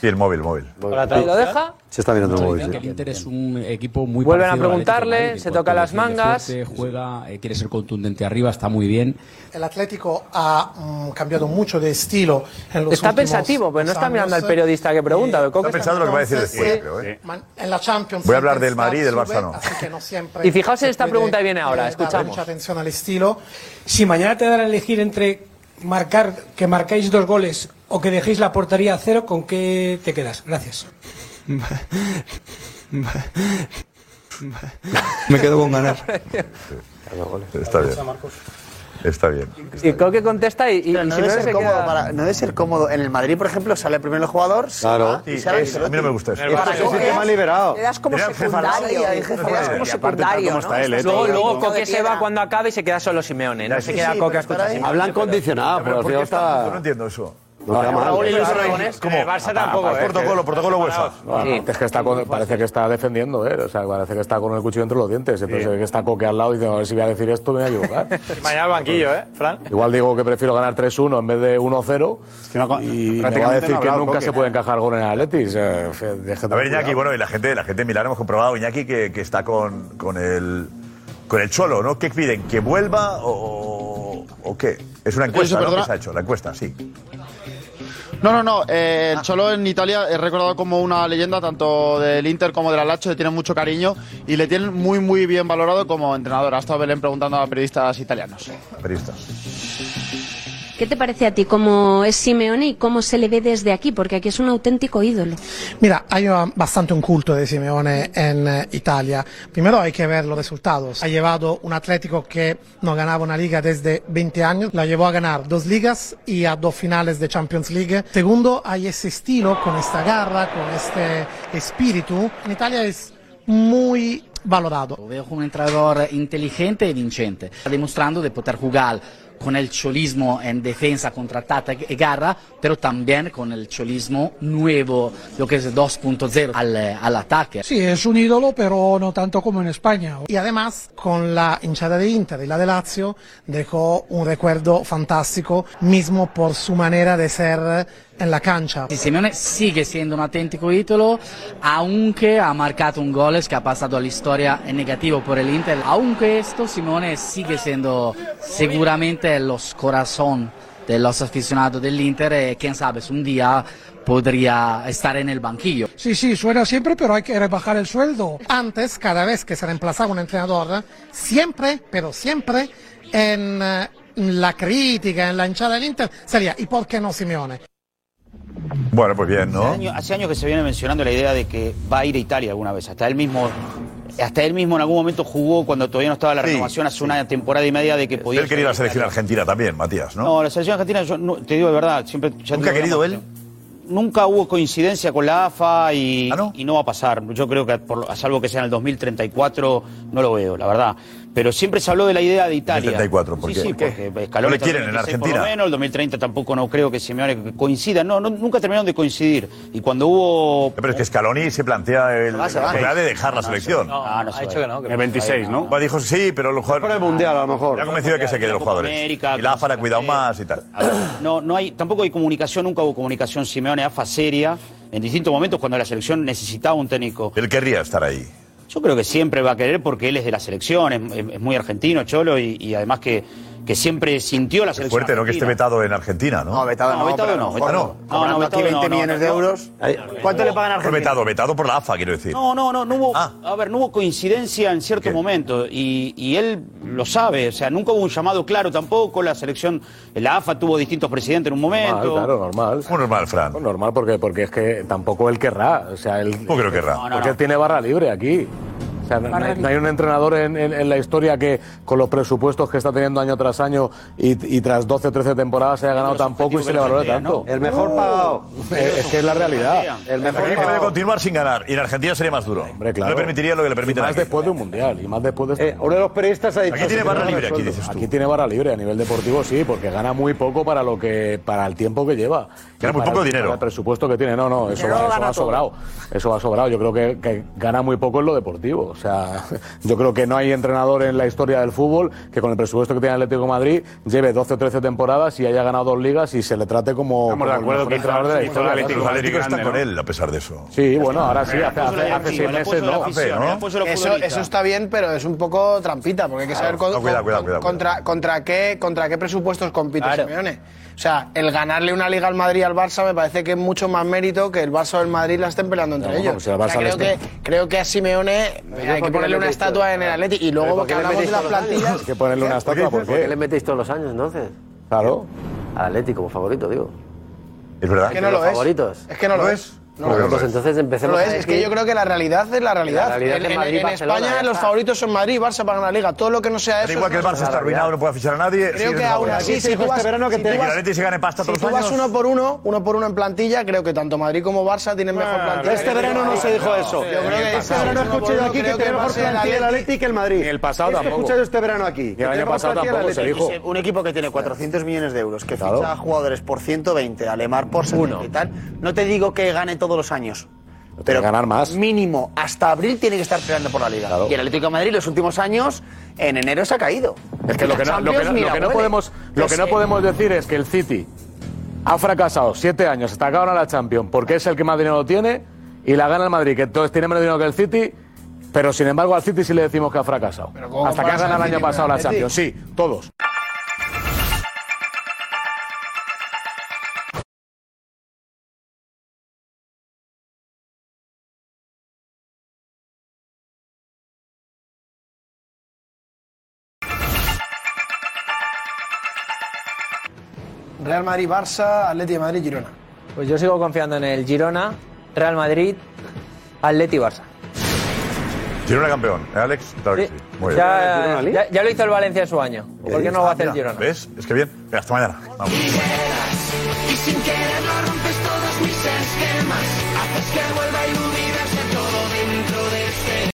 Speaker 1: Sí, el móvil, móvil.
Speaker 23: Y lo deja
Speaker 3: Se está mirando el móvil.
Speaker 18: Que el Inter es un equipo muy
Speaker 23: Vuelven a
Speaker 18: parecido al Atlético de
Speaker 23: preguntarle,
Speaker 18: Madrid, que
Speaker 23: se
Speaker 18: en cuanto
Speaker 23: toca
Speaker 18: a
Speaker 23: las
Speaker 18: defender
Speaker 23: mangas.
Speaker 18: fuerte, juega, eh, quiere ser contundente arriba, está muy bien.
Speaker 20: El Atlético ha mm, cambiado mucho de estilo en los
Speaker 23: Está
Speaker 20: últimos
Speaker 23: pensativo, pero no está
Speaker 20: años.
Speaker 23: mirando al periodista que pregunta. porque Coque
Speaker 1: Está pensando lo que va a decir después,
Speaker 20: Sí.
Speaker 1: creo, ¿eh?
Speaker 20: Man- En la Champions
Speaker 1: Voy a hablar
Speaker 20: siempre
Speaker 1: del Madrid y del
Speaker 20: está
Speaker 1: Barça,
Speaker 20: sube,
Speaker 1: no.
Speaker 20: así que no siempre
Speaker 23: Y fijaos en
Speaker 20: se
Speaker 23: esta
Speaker 20: puede,
Speaker 23: pregunta que viene ahora,
Speaker 20: dar
Speaker 23: escuchamos.
Speaker 20: Mucha atención al estilo.
Speaker 22: Si mañana te dan a elegir entre marcar, que marcáis dos goles o que dejéis la portería a cero, ¿con qué te quedas? Gracias.
Speaker 17: Me quedo con ganar.
Speaker 1: Está bien. Está bien.
Speaker 23: Y Coque contesta y, y
Speaker 14: Pero no,
Speaker 23: Simeone
Speaker 14: debe ser
Speaker 23: se
Speaker 14: cómodo
Speaker 23: queda...
Speaker 14: para- no debe ser cómodo. En el Madrid, por ejemplo, sale primero el jugador. se va,
Speaker 1: Sí,
Speaker 14: y sale
Speaker 1: es- a
Speaker 14: Ancelotti.
Speaker 1: mí no me gusta eso.
Speaker 14: El Barça
Speaker 1: Eso
Speaker 14: coge,
Speaker 1: sí que me ha
Speaker 14: liberado.
Speaker 6: Le das como
Speaker 14: Mira, jefa,
Speaker 6: secundario.
Speaker 14: ahí, jefa,
Speaker 6: le das
Speaker 14: ahí.
Speaker 6: como
Speaker 14: Y aparte, tal
Speaker 6: secundario.
Speaker 14: como
Speaker 6: ¿no?
Speaker 14: está él, eh,
Speaker 23: Luego,
Speaker 14: todo
Speaker 23: luego
Speaker 14: loco de
Speaker 23: Coque se
Speaker 14: piedra.
Speaker 23: va cuando acabe y se queda solo Simeone. No
Speaker 1: Ya,
Speaker 23: se
Speaker 1: sí,
Speaker 23: queda
Speaker 1: sí,
Speaker 23: Coque
Speaker 1: pero
Speaker 23: a escuchar.
Speaker 1: estará ahí.
Speaker 23: Simeone.
Speaker 1: Hablan
Speaker 23: condicionado,
Speaker 1: Pero ¿por qué está- No entiendo eso.
Speaker 21: No queda mal.
Speaker 1: Raúl y Luis
Speaker 21: Sí,
Speaker 1: Aragonés.
Speaker 21: ¿cómo?
Speaker 1: Eh, Barça tampoco, eh. Protocolo, protocolo UEFA.
Speaker 21: No, no, Es que está con- parece que está defendiendo, ¿eh? O sea, parece que está con el cuchillo entre los dientes. Entonces, se ve que está coque al lado y dice, a ver si voy a decir esto, me voy a equivocar.
Speaker 5: Mañana al banquillo, ¿eh, Fran?
Speaker 21: Igual digo que prefiero ganar 3-1 en vez de 1-0 y me va a
Speaker 1: prácticamente
Speaker 21: decir
Speaker 1: no ha
Speaker 21: que
Speaker 1: hablado
Speaker 21: nunca
Speaker 1: Coque.
Speaker 21: se puede encajar gol en el Atleti. O sea,
Speaker 1: A ver, Iñaki, bueno, y la gente, la gente de Milán hemos comprobado, Iñaki, que, que está con, con el con el Cholo, ¿no? ¿Qué piden? ¿Que vuelva o, o qué? Es una encuesta,
Speaker 29: Eso,
Speaker 1: ¿no?
Speaker 29: perdona.
Speaker 1: que se ha hecho, la encuesta, sí.
Speaker 29: No, no, no. eh, el Cholo en Italia es recordado como una leyenda tanto del Inter como del Alacho. Le tienen mucho cariño y le tienen muy, muy bien valorado como entrenador. Ha estado Belén preguntando a periodistas italianos.
Speaker 1: Periodista.
Speaker 2: ¿Qué te parece a ti cómo es Simeone y cómo se le ve desde aquí? Porque aquí es un auténtico ídolo.
Speaker 20: Mira, hay ah, bastante un culto de Simeone en eh, Italia. Primero hay que ver los resultados. Ha llevado un Atlético que no ganaba una liga desde 20 años, la llevó a ganar dos ligas y a dos finales de Champions League. Segundo, hay ese estilo, con esta garra, con este espíritu. En Italia es muy valorado.
Speaker 4: Veo como un entrenador inteligente y vincente, demostrando de poder jugar con el cholismo en defensa contratata y garra, pero también con el cholismo nuevo, lo que es 2.0 al, al ataque.
Speaker 20: Sí, es un ídolo, pero no tanto como en España. Y además, con la hinchada de Inter y la de Lazio, dejó un recuerdo fantástico, mismo por su manera de ser en la cancha.
Speaker 4: Sì, Simeone sigue siendo un auténtico ídolo, aunque ha marcato un gol che ha passato alla storia in negativo per l'Inter. Aunque esto, Simeone sigue siendo seguramente lo corazón de los aficionados dell'Inter e quién sabe, un día podría estar en el banquillo.
Speaker 20: Sí, sí, suena siempre, pero hay que rebajar el sueldo. Antes, cada vez que se reemplazaba un entrenador, siempre, pero siempre, en eh, la crítica, en la hinchada del Inter, sería, ¿y por qué no Simeone?
Speaker 1: Bueno, pues bien, ¿no?
Speaker 24: Hace años, hace años que se viene mencionando la idea de que va a ir a Italia alguna vez. Hasta él mismo, hasta él mismo en algún momento jugó cuando todavía no estaba la
Speaker 1: Sí,
Speaker 24: renovación hace una temporada y media de que podía.
Speaker 1: Él quería la
Speaker 24: ser
Speaker 1: selección argentina también, Matías, ¿no?
Speaker 24: No, la selección argentina, yo no- te digo de verdad, siempre. ya
Speaker 1: ¿Nunca
Speaker 24: te
Speaker 1: ha
Speaker 24: lo
Speaker 1: querido
Speaker 24: habíamos- Nunca hubo coincidencia con la AFA y,
Speaker 1: ¿Ah,
Speaker 24: y no va a pasar. Yo creo que, por- a salvo que sea en el 2034, no lo veo, la verdad. Pero siempre se habló de la idea de Italia.
Speaker 1: 34, ¿por
Speaker 24: Sí,
Speaker 1: qué?
Speaker 24: sí,
Speaker 1: ¿Qué?
Speaker 24: porque
Speaker 1: No
Speaker 24: Escalón
Speaker 1: le quieren en
Speaker 24: Por lo
Speaker 1: Argentina.
Speaker 24: menos, el 2030 tampoco no creo que Simeone coincida. No, no, nunca terminaron de coincidir. Y cuando hubo...
Speaker 1: Pero es que Scaloni se plantea el,
Speaker 24: va, se va.
Speaker 1: la idea de dejar la
Speaker 24: No,
Speaker 1: selección.
Speaker 24: no, no, no se ha va. dicho que no, que
Speaker 1: El
Speaker 24: no.
Speaker 1: 26, ¿no? Pues dijo sí, pero los jugadores. Para el mundial, a lo mejor. Me ha convencido de que se queden los
Speaker 24: Copa
Speaker 1: jugadores.
Speaker 24: América,
Speaker 1: y la AFA la ha cuidado más y tal.
Speaker 24: Ah, No, no hay, tampoco hay comunicación, nunca hubo comunicación Simeone-AFA seria. En distintos momentos cuando la selección necesitaba un técnico.
Speaker 1: Él querría estar ahí.
Speaker 24: Yo creo que siempre va a querer porque él es de la selección, es, es- es muy argentino, Cholo, y, y además que, que siempre sintió la
Speaker 1: Qué
Speaker 24: selección.
Speaker 1: fuerte, ¿no? Que esté
Speaker 24: argentina.
Speaker 1: vetado en Argentina, ¿no? No,
Speaker 24: vetado No, no, vetado pero no, a lo mejor vetado no. no. Cobrando No, no, aquí vetado 20 no, no, millones de no. euros. ¿Cuánto le pagan a Argentina?
Speaker 1: Vetado, vetado por la AFA, quiero decir.
Speaker 24: No, no, no, no hubo,
Speaker 1: Ah.
Speaker 24: a ver, no hubo coincidencia en cierto momento y, y él lo sabe, o sea, nunca hubo un llamado claro tampoco, la selección, la AFA tuvo distintos presidentes en un momento.
Speaker 21: Normal, claro, normal.
Speaker 1: ¿Cómo normal, Fran?
Speaker 21: normal porque, porque es que tampoco él querrá. O sea, él,
Speaker 1: ¿Cómo que no querrá?
Speaker 21: Porque
Speaker 1: No, no,
Speaker 21: él tiene barra libre aquí. O sea, no, no hay, no hay un entrenador en, en- en la historia que con los presupuestos que está teniendo año tras año y, y tras 12 o 13 temporadas se haya ganado tan poco y se le valore tanto.
Speaker 3: El mejor pagado.
Speaker 24: Eh,
Speaker 21: Es, es que es la realidad.
Speaker 3: El mejor
Speaker 1: Argentina
Speaker 3: pagado.
Speaker 1: puede continuar sin ganar. Y en Argentina sería más duro. No le permitiría lo que le permite
Speaker 21: Y
Speaker 1: la
Speaker 21: más después de un mundial y más después de este
Speaker 3: uno de los periodistas ha dicho
Speaker 21: aquí tiene barra libre aquí dices tú aquí tiene barra libre a nivel deportivo sí porque gana muy poco para lo que para el tiempo que lleva
Speaker 1: Gana
Speaker 21: Y
Speaker 1: muy
Speaker 21: para
Speaker 1: poco
Speaker 21: el-
Speaker 1: dinero.
Speaker 21: para el presupuesto que tiene no no eso,
Speaker 1: Pero
Speaker 21: va, eso
Speaker 1: gana
Speaker 21: va
Speaker 1: todo.
Speaker 21: sobrado eso va sobrado yo creo que, que gana muy poco en lo deportivo o sea yo creo que no hay entrenador en la historia del fútbol que con el presupuesto que tiene el Atlético de Madrid lleve 12 o 13 temporadas y haya ganado dos ligas y se le trate como
Speaker 7: Estamos de
Speaker 21: como el
Speaker 7: acuerdo
Speaker 21: mejor
Speaker 7: que
Speaker 21: entrenador de la historia
Speaker 1: Los
Speaker 21: del Atlético.
Speaker 1: Atléticos están con él, a pesar de eso.
Speaker 21: sí bueno ahora sí
Speaker 1: Le
Speaker 21: hace,
Speaker 1: puso la
Speaker 21: hace, hace seis
Speaker 1: directiva, le puso
Speaker 21: meses
Speaker 1: la
Speaker 21: no
Speaker 1: afición, le puso los
Speaker 25: Eso, eso está bien, pero es un poco trampita, porque hay que saber
Speaker 1: Claro. No,
Speaker 25: con-
Speaker 1: cuidado,
Speaker 25: con-
Speaker 1: cuidado, cuidado,
Speaker 25: contra, contra qué, contra qué presupuestos compite
Speaker 1: Claro.
Speaker 25: Simeone. O sea, el ganarle una liga al Madrid y al Barça me parece que es mucho más mérito que el Barça o el Madrid la estén peleando entre
Speaker 21: No, no,
Speaker 25: ellos.
Speaker 21: si al Barça
Speaker 25: O sea,
Speaker 21: le
Speaker 25: creo, que,
Speaker 21: está-
Speaker 25: creo que a Simeone hay que
Speaker 21: porque
Speaker 25: ponerle
Speaker 21: le
Speaker 25: una
Speaker 21: metiste,
Speaker 25: estatua en el Atleti y luego que hablamos de las plantillas.
Speaker 21: Hay que ponerle una estatua, ¿por qué?
Speaker 10: le metéis todos los años entonces?
Speaker 21: Claro.
Speaker 10: Al Atlético como favorito, digo.
Speaker 1: Es verdad.
Speaker 25: Es que no lo es.
Speaker 10: favoritos.
Speaker 25: Es que no lo es. No lo
Speaker 10: Pues
Speaker 25: es.
Speaker 10: entonces
Speaker 25: No
Speaker 10: empecemos
Speaker 25: lo es,
Speaker 10: a
Speaker 25: es que
Speaker 10: decir-
Speaker 25: yo creo que la realidad es la realidad.
Speaker 10: realidad
Speaker 25: En-
Speaker 10: es
Speaker 25: en-
Speaker 10: Madrid,
Speaker 25: en
Speaker 10: Barcelona, ya
Speaker 25: España los
Speaker 10: está.
Speaker 25: favoritos son Madrid y Barça para ganar la liga. Todo lo que no sea
Speaker 1: Da
Speaker 25: eso.
Speaker 1: igual que el Barça está arruinado, no puede fichar a nadie.
Speaker 25: Creo que aún así, si tú vas-
Speaker 10: este
Speaker 25: si tú
Speaker 1: que el
Speaker 25: vas-
Speaker 1: Atleti se gane pasta
Speaker 25: Si
Speaker 1: todos
Speaker 25: tú
Speaker 1: los
Speaker 25: vas
Speaker 1: años.
Speaker 25: uno por uno, uno por uno en plantilla, creo que tanto Madrid como Barça tienen mejor
Speaker 10: Ah,
Speaker 25: plantilla.
Speaker 3: Este verano no se dijo eso.
Speaker 25: Yo creo que
Speaker 3: Este verano he escuchado
Speaker 25: Yo
Speaker 3: aquí que
Speaker 25: creo
Speaker 3: tiene
Speaker 25: que
Speaker 3: mejor
Speaker 25: va a ser el
Speaker 3: plantilla el Atlético que el Madrid.
Speaker 21: Ni el pasado
Speaker 3: Esto he
Speaker 21: tampoco.
Speaker 3: escuchado este verano aquí.
Speaker 21: el año pasado tampoco se dijo.
Speaker 14: Un equipo que tiene 400 millones de euros, que ficha a jugadores por 120, Alemar por 70 y tal. No te digo que gane todos los años.
Speaker 21: Pero ganar más.
Speaker 14: Mínimo, hasta abril tiene que estar peleando por la liga. Y el Atlético de Madrid los últimos años, en enero se ha caído.
Speaker 21: Es que lo que no, lo que no- lo que no podemos, lo que no podemos decir es que el City ha fracasado siete años hasta que ahora la Champions porque es el que más dinero tiene y la gana el Madrid, que entonces tiene menos dinero que el City. Pero sin embargo al City sí le decimos que ha fracasado.
Speaker 14: ¿cómo
Speaker 21: Hasta que ha
Speaker 14: comparas
Speaker 21: ganado
Speaker 14: al
Speaker 21: el año
Speaker 14: City con
Speaker 21: pasado la
Speaker 14: el Atleti?
Speaker 21: Champions, sí, todos.
Speaker 25: Real Madrid, Barça, Atleti de Madrid, Girona.
Speaker 23: Pues yo sigo confiando en el Girona, Real Madrid, Atleti y Barça.
Speaker 1: Girona campeón, ¿eh, Alex? Claro que sí. Muy bien.
Speaker 23: Ya, ya- ya lo hizo el Valencia en su año. ¿Por qué no lo va a hacer el
Speaker 1: Mira,
Speaker 23: Girona?
Speaker 1: ¿Ves? Es que bien. Venga, hasta mañana. Vamos.
Speaker 26: Y sin querer lo rompes todos mis esquemas. Haces que vuelva